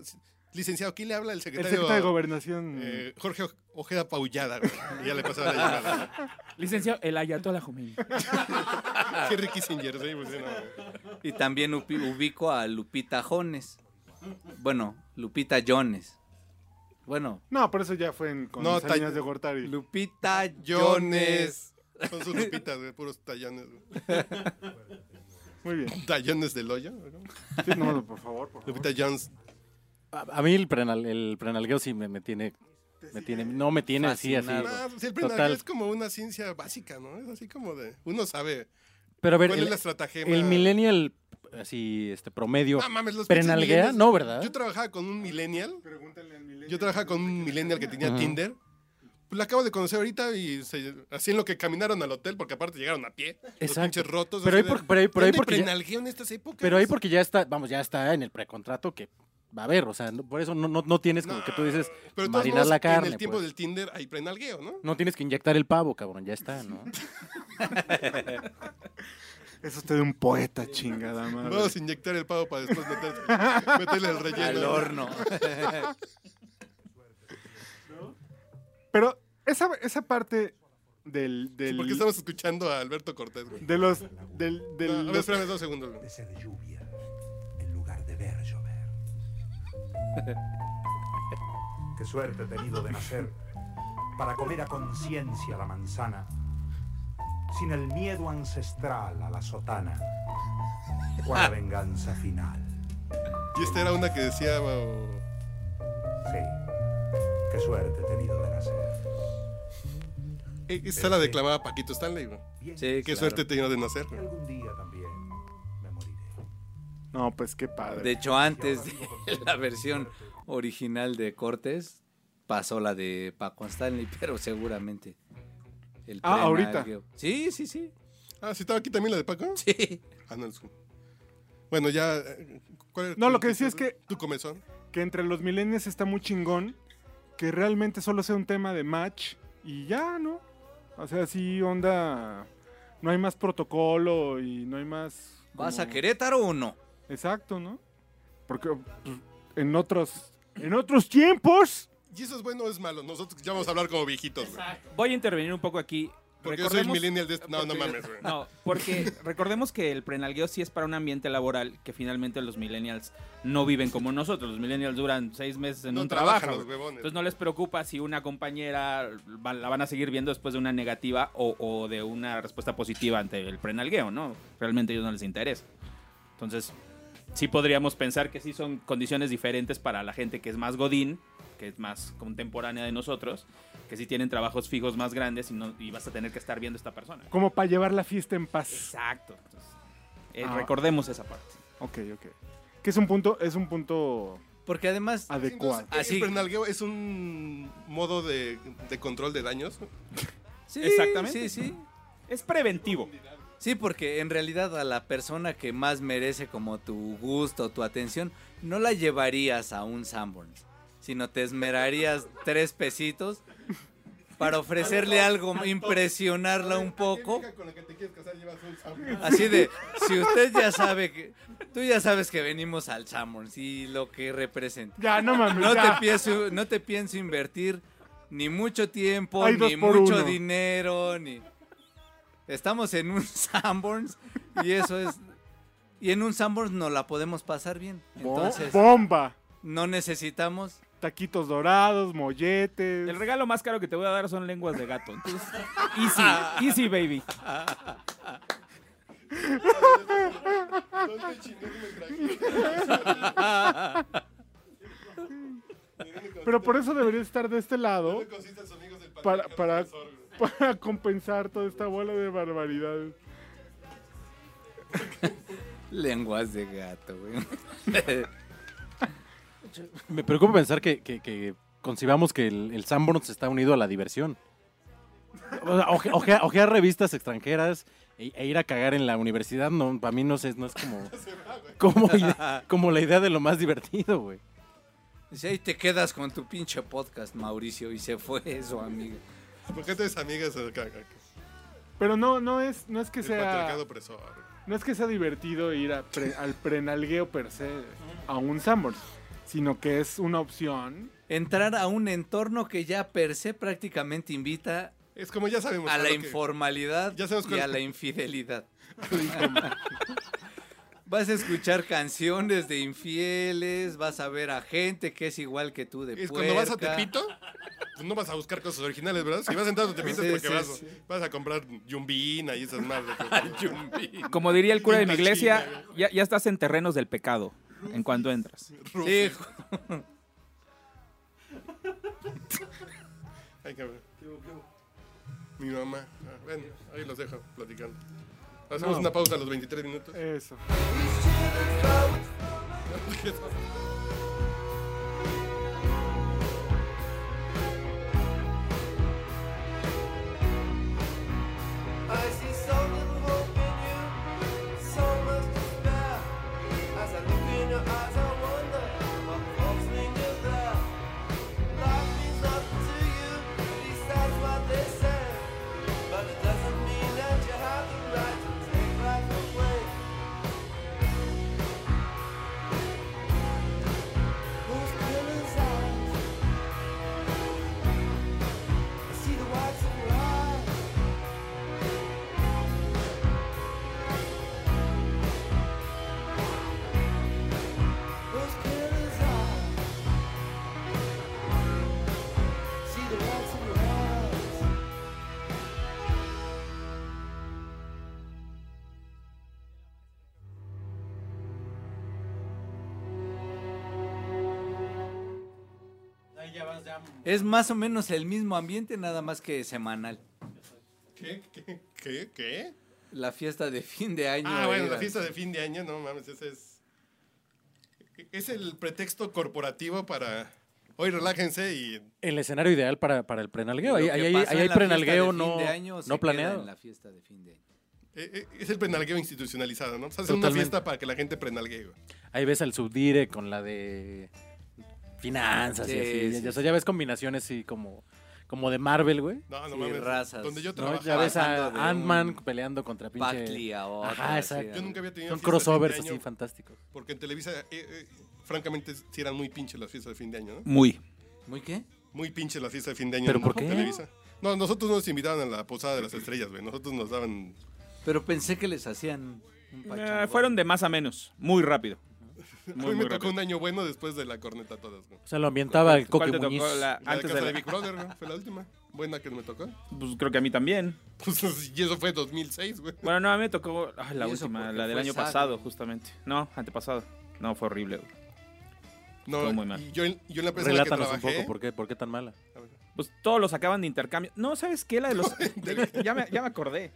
[SPEAKER 4] Licenciado, ¿quién le habla? El
[SPEAKER 2] El
[SPEAKER 4] secretario.
[SPEAKER 2] secretario de Gobernación...
[SPEAKER 4] eh, Jorge Oj- Ojeda Paullada, güey. Y ya le pasaba la llamada.
[SPEAKER 7] Licenciado, el Ayatollah Khomeini.
[SPEAKER 4] Henry Kissinger, sí, pues, sí, no, güey.
[SPEAKER 3] y también upi- ubico a Lupita Jones. Bueno, Lupita Jones. Bueno,
[SPEAKER 2] No, por eso ya fue en, con
[SPEAKER 4] No,
[SPEAKER 2] Salinas
[SPEAKER 4] ta-
[SPEAKER 2] de Gortari.
[SPEAKER 3] Lupita Jones.
[SPEAKER 4] Jones. Son sus lupitas, güey, puros tallones, güey.
[SPEAKER 2] Muy bien.
[SPEAKER 4] Tallones del hoyo, ¿no?
[SPEAKER 2] Sí, no, por favor, por favor.
[SPEAKER 4] Lupita Jones.
[SPEAKER 6] A, a mí el, prenal, el prenalgueo sí me, me tiene. Me tiene, no me tiene así, así.
[SPEAKER 3] Fascinado.
[SPEAKER 4] Ah, pues, el
[SPEAKER 6] Total.
[SPEAKER 4] prenalgueo es como una ciencia básica, ¿no? Es así como de. Uno sabe.
[SPEAKER 6] Pero a ver,
[SPEAKER 4] ¿Cuál es
[SPEAKER 6] el,
[SPEAKER 4] la estratagema?
[SPEAKER 6] el millennial, así, este promedio.
[SPEAKER 4] Ah, mames, los
[SPEAKER 6] ¿Prenalguea?
[SPEAKER 4] pinches millennials.
[SPEAKER 6] No, ¿verdad?
[SPEAKER 4] Yo trabajaba con un millennial.
[SPEAKER 2] Pregúntale al milenio.
[SPEAKER 4] Yo trabajaba con un millennial que tenía
[SPEAKER 6] Ajá.
[SPEAKER 4] Tinder. Pues la acabo de conocer ahorita y se, así en lo que caminaron al hotel, porque aparte llegaron a pie. Los
[SPEAKER 6] Exacto.
[SPEAKER 4] pinches rotos. así
[SPEAKER 6] Pero ahí
[SPEAKER 4] de,
[SPEAKER 6] por- pero ahí- pero ahí
[SPEAKER 4] "¿Dónde
[SPEAKER 6] porque ya-
[SPEAKER 4] prenalgueo en estas épocas?
[SPEAKER 6] pero ahí porque ya está, vamos, ya está en el precontrato que va a haber, o sea, no- por eso no, no, no tienes como
[SPEAKER 4] No,
[SPEAKER 6] que tú dices
[SPEAKER 4] Pero de todos
[SPEAKER 6] marinar
[SPEAKER 4] modos,
[SPEAKER 6] la carne.
[SPEAKER 4] En el tiempo
[SPEAKER 6] pues.
[SPEAKER 4] del Tinder hay prenalgueo, ¿no?
[SPEAKER 6] No tienes que inyectar el pavo, cabrón, ya está, ¿no?
[SPEAKER 2] Es usted un poeta, chingada madre.
[SPEAKER 4] Vamos a inyectar el pavo para después meterse- meterle el relleno.
[SPEAKER 3] Al horno.
[SPEAKER 2] Pero esa, esa parte del...
[SPEAKER 4] Sí,
[SPEAKER 2] del
[SPEAKER 4] Porque estamos escuchando a Alberto Cortés, güey.
[SPEAKER 2] De los... Del, del,
[SPEAKER 4] No, a ver,
[SPEAKER 2] los-
[SPEAKER 4] espérame dos segundos. güey.
[SPEAKER 8] de lluvia en lugar de ver llover. Qué suerte he tenido de nacer para comer a conciencia la manzana, sin el miedo ancestral a la sotana o a la venganza final.
[SPEAKER 4] Y esta era una que decía... E, o-
[SPEAKER 8] Sí, qué suerte he tenido de nacer.
[SPEAKER 4] eh, Esta la declamaba Paquito Stanley, güey.
[SPEAKER 8] Bien
[SPEAKER 3] Sí,
[SPEAKER 4] Qué
[SPEAKER 3] claro.
[SPEAKER 4] suerte te lleno de nacer,
[SPEAKER 8] que
[SPEAKER 4] güey.
[SPEAKER 8] algún día también me moriré.
[SPEAKER 2] No, pues qué padre.
[SPEAKER 3] De hecho, antes de la versión original de Cortés, pasó la de Paco Stanley, pero seguramente. el
[SPEAKER 2] Ah,
[SPEAKER 3] prenalgueo-
[SPEAKER 2] ahorita.
[SPEAKER 3] Sí, sí, sí.
[SPEAKER 4] Ah, ¿sí estaba aquí también la de Paco?
[SPEAKER 3] Sí.
[SPEAKER 4] Ah, no, es- Bueno, ya... eh, ¿cuál era
[SPEAKER 2] No,
[SPEAKER 4] tu-
[SPEAKER 2] lo que decía es que-
[SPEAKER 4] Tu comezón.
[SPEAKER 2] Que entre los milenios está muy chingón que realmente solo sea un tema de match y ya, ¿no? O sea, sí, onda, no hay más protocolo y no hay más...
[SPEAKER 3] ¿Vas a
[SPEAKER 2] como-
[SPEAKER 3] Querétaro o no?
[SPEAKER 2] Exacto, ¿no? Porque pues, en otros, en otros tiempos...
[SPEAKER 4] Y eso es bueno o es malo. Nosotros ya vamos a hablar como viejitos, güey.
[SPEAKER 5] Voy a intervenir un poco aquí.
[SPEAKER 4] Porque yo soy
[SPEAKER 5] Recordemos-
[SPEAKER 4] millennial de... este- No, no mames, güey.
[SPEAKER 5] No, porque recordemos que el prenalgueo sí es para un ambiente laboral que finalmente los millennials no viven como nosotros. Los millennials duran seis meses en
[SPEAKER 4] No
[SPEAKER 5] un
[SPEAKER 4] trabajan
[SPEAKER 5] trabajo.
[SPEAKER 4] los huevones.
[SPEAKER 5] Entonces no les preocupa si una compañera va- la van a seguir viendo después de una negativa o, o de una respuesta positiva ante el prenalgueo, ¿no? Realmente a ellos no les interesa. Entonces sí podríamos pensar que sí son condiciones diferentes para la gente que es más godín, que es más contemporánea de nosotros, que sí tienen trabajos fijos más grandes y, no, y vas a tener que estar viendo a esta persona.
[SPEAKER 2] Como para llevar la fiesta en paz.
[SPEAKER 5] Exacto. Entonces, eh,
[SPEAKER 2] Ah.
[SPEAKER 5] Recordemos esa parte.
[SPEAKER 2] Ok, ok. Que es un punto, es un punto
[SPEAKER 3] Porque además,
[SPEAKER 2] adecuado.
[SPEAKER 3] Así.
[SPEAKER 4] El prenalgueo es un modo de, de control de daños.
[SPEAKER 3] sí, sí,
[SPEAKER 5] Exactamente.
[SPEAKER 3] sí.
[SPEAKER 5] Es preventivo.
[SPEAKER 3] Sí, porque en realidad a la persona que más merece como tu gusto, tu atención, no la llevarías a un Sanborns, sino te esmerarías tres pesitos para ofrecerle algo, impresionarla un poco.
[SPEAKER 4] Con la que te quieres casar llevas un
[SPEAKER 3] Así de, si usted ya sabe que, tú ya sabes que venimos al Sanborns y lo que representa.
[SPEAKER 2] Ya, no mames.
[SPEAKER 3] No te
[SPEAKER 2] ya.
[SPEAKER 3] pienso, no te pienso invertir ni mucho tiempo,
[SPEAKER 2] Hay dos
[SPEAKER 3] ni
[SPEAKER 2] por
[SPEAKER 3] mucho
[SPEAKER 2] uno.
[SPEAKER 3] dinero, ni. Estamos en un Sanborns y eso es. Y en un Sanborns no la podemos pasar bien.
[SPEAKER 2] Bo-
[SPEAKER 3] Entonces,
[SPEAKER 2] Bomba.
[SPEAKER 3] no necesitamos.
[SPEAKER 2] Taquitos dorados, molletes.
[SPEAKER 5] El regalo más caro que te voy a dar son lenguas de gato. Entonces, easy, easy, baby.
[SPEAKER 4] ¿Dónde chingón me trajiste?
[SPEAKER 2] Pero por eso debería estar de este lado
[SPEAKER 4] ¿Dónde consiste los amigos del
[SPEAKER 2] Para-
[SPEAKER 4] patriarcado
[SPEAKER 2] para-
[SPEAKER 4] profesor, güey?
[SPEAKER 2] para compensar toda esta bola de barbaridades.
[SPEAKER 3] Lenguas de gato, güey.
[SPEAKER 6] Me preocupa pensar que, que- que concibamos que el, el Sanborns está unido a la diversión. O sea, oje- ojear, ojear revistas extranjeras e, e ir a cagar en la universidad, no, para mí no, sé, no es como, como, ide- como la idea de lo más divertido, güey.
[SPEAKER 3] Si ahí te quedas con tu pinche podcast, Mauricio, y se fue eso, amigo.
[SPEAKER 4] ¿Por qué tus amigas se cagan?
[SPEAKER 2] Pero no, no es, no es que
[SPEAKER 4] El
[SPEAKER 2] sea,
[SPEAKER 4] patriarcado opresor. güey.
[SPEAKER 2] no es que sea divertido ir a pre- al prenalgueo per se a un Sanborns, sino que es una opción.
[SPEAKER 3] Entrar a un entorno que ya per se prácticamente invita
[SPEAKER 4] Es como ya sabemos.
[SPEAKER 3] a la
[SPEAKER 4] lo que-
[SPEAKER 3] informalidad
[SPEAKER 4] Ya sabemos
[SPEAKER 3] y
[SPEAKER 4] cuál-
[SPEAKER 3] a la infidelidad. vas a escuchar canciones de infieles, vas a ver a gente que es igual que tú de
[SPEAKER 4] Es cuando vas a
[SPEAKER 3] puerca.
[SPEAKER 4] Tepito, pues no vas a buscar cosas originales, ¿verdad? Si vas entrando a Tepito es
[SPEAKER 3] Sí,
[SPEAKER 4] porque
[SPEAKER 3] sí,
[SPEAKER 4] vas,
[SPEAKER 3] sí.
[SPEAKER 4] vas a comprar yumbina y esas madres.
[SPEAKER 5] Como diría el cura de mi
[SPEAKER 4] Linda
[SPEAKER 5] iglesia,
[SPEAKER 4] China.
[SPEAKER 5] ya, ya estás en terrenos del pecado en cuanto entras.
[SPEAKER 3] Sí,
[SPEAKER 4] Ay, cabrón. Mi mamá. Ah, bueno, ahí los dejo platicando. Hacemos
[SPEAKER 2] No.
[SPEAKER 4] una pausa a los 23 minutos.
[SPEAKER 2] Eso.
[SPEAKER 9] I see so little hope in you, so much despair. As I look in your eyes, I wonder what poisoning is there. Life means nothing to you, at least that's what they say. But it doesn't mean that you have the right to take life away. Those pillars eyes, I see the whites of your eyes. Those killers eyes. See the lights in your eyes.
[SPEAKER 3] es más o menos el mismo ambiente, nada más que semanal.
[SPEAKER 4] ¿Qué? ¿Qué? ¿Qué? ¿Qué?
[SPEAKER 3] La fiesta de fin de año. eh,
[SPEAKER 4] Ah, bueno, la
[SPEAKER 3] era-
[SPEAKER 4] fiesta de fin de año, no mames, ese es. Es el pretexto corporativo para. Hoy relájense y.
[SPEAKER 6] El escenario ideal para, para el prenalgueo.
[SPEAKER 3] Lo
[SPEAKER 6] Ahí,
[SPEAKER 3] que
[SPEAKER 6] ahí- ahí
[SPEAKER 3] pasó en
[SPEAKER 6] hay
[SPEAKER 3] la fiesta
[SPEAKER 6] prenalgueo
[SPEAKER 3] de fin
[SPEAKER 6] no,
[SPEAKER 3] de año se
[SPEAKER 6] no
[SPEAKER 3] queda
[SPEAKER 6] planeado.
[SPEAKER 3] en la fiesta de fin de año.
[SPEAKER 4] eh, eh, Es el penalgueo institucionalizado, ¿no? Se hace una
[SPEAKER 6] Totalmente.
[SPEAKER 4] fiesta para que la gente prenalguee. güey.
[SPEAKER 6] Ahí ves al subdire con la de finanzas y
[SPEAKER 3] Sí,
[SPEAKER 6] así.
[SPEAKER 3] sí,
[SPEAKER 6] ya, o sea,
[SPEAKER 3] sí.
[SPEAKER 6] ya ves combinaciones así como, como de Marvel, güey.
[SPEAKER 4] No, no
[SPEAKER 3] Sí,
[SPEAKER 4] mames.
[SPEAKER 3] razas,
[SPEAKER 4] Donde yo
[SPEAKER 3] ¿no?
[SPEAKER 6] ¿no?
[SPEAKER 4] trabajaba.
[SPEAKER 6] Ya ves a
[SPEAKER 3] Trabajando de
[SPEAKER 6] Ant-Man
[SPEAKER 3] un
[SPEAKER 6] peleando contra pinche...
[SPEAKER 3] Pactli a otro.
[SPEAKER 6] Ajá,
[SPEAKER 3] así,
[SPEAKER 6] exacto.
[SPEAKER 3] ¿no?
[SPEAKER 4] Yo nunca había tenido fiestas de fin
[SPEAKER 6] Son
[SPEAKER 4] de
[SPEAKER 6] crossovers
[SPEAKER 4] año,
[SPEAKER 6] así fantásticos.
[SPEAKER 4] Porque en Televisa, eh, eh, francamente, sí eran muy pinches las fiestas de fin de año, ¿no?
[SPEAKER 5] Muy.
[SPEAKER 3] ¿Muy qué?
[SPEAKER 4] Muy pinches las fiestas de fin de año.
[SPEAKER 6] ¿Pero
[SPEAKER 4] en
[SPEAKER 6] por qué?
[SPEAKER 4] Televisa. No, nosotros nos invitaban a la posada de las estrellas, güey. Nosotros nos daban.
[SPEAKER 3] Pero pensé que les hacían un
[SPEAKER 5] Eh,
[SPEAKER 3] pachangón.
[SPEAKER 5] fueron de más a menos. Muy rápido.
[SPEAKER 4] a
[SPEAKER 5] Muy,
[SPEAKER 4] mí
[SPEAKER 5] muy
[SPEAKER 4] me tocó
[SPEAKER 5] rápido.
[SPEAKER 4] un año bueno después de la corneta a todas, güey.
[SPEAKER 6] O sea, lo ambientaba el
[SPEAKER 5] ¿Cuál
[SPEAKER 6] Coque
[SPEAKER 5] te
[SPEAKER 6] Muñiz.
[SPEAKER 5] tocó la-
[SPEAKER 4] La de
[SPEAKER 5] antes
[SPEAKER 4] casa
[SPEAKER 5] de
[SPEAKER 4] de,
[SPEAKER 5] la-
[SPEAKER 4] Big Brother, güey. Fue la última. Buena que me tocó.
[SPEAKER 5] Pues creo que a mí también.
[SPEAKER 4] Pues, y eso fue 2006, güey.
[SPEAKER 5] Bueno, no, a mí me tocó ah, la
[SPEAKER 3] Y eso
[SPEAKER 5] última,
[SPEAKER 3] porque
[SPEAKER 5] la del
[SPEAKER 3] fue
[SPEAKER 5] año
[SPEAKER 3] Zack.
[SPEAKER 5] pasado, justamente. No, antepasado. No, fue horrible. güey.
[SPEAKER 4] No,
[SPEAKER 5] Estuvo muy mal.
[SPEAKER 4] y yo, en- yo en la empresa en la que
[SPEAKER 6] Relátanos un
[SPEAKER 4] trabajé.
[SPEAKER 6] poco, ¿por qué, por qué tan mala?
[SPEAKER 5] Pues todos los sacaban de intercambio. No, ¿sabes qué? La de los. ya, me, ya me acordé.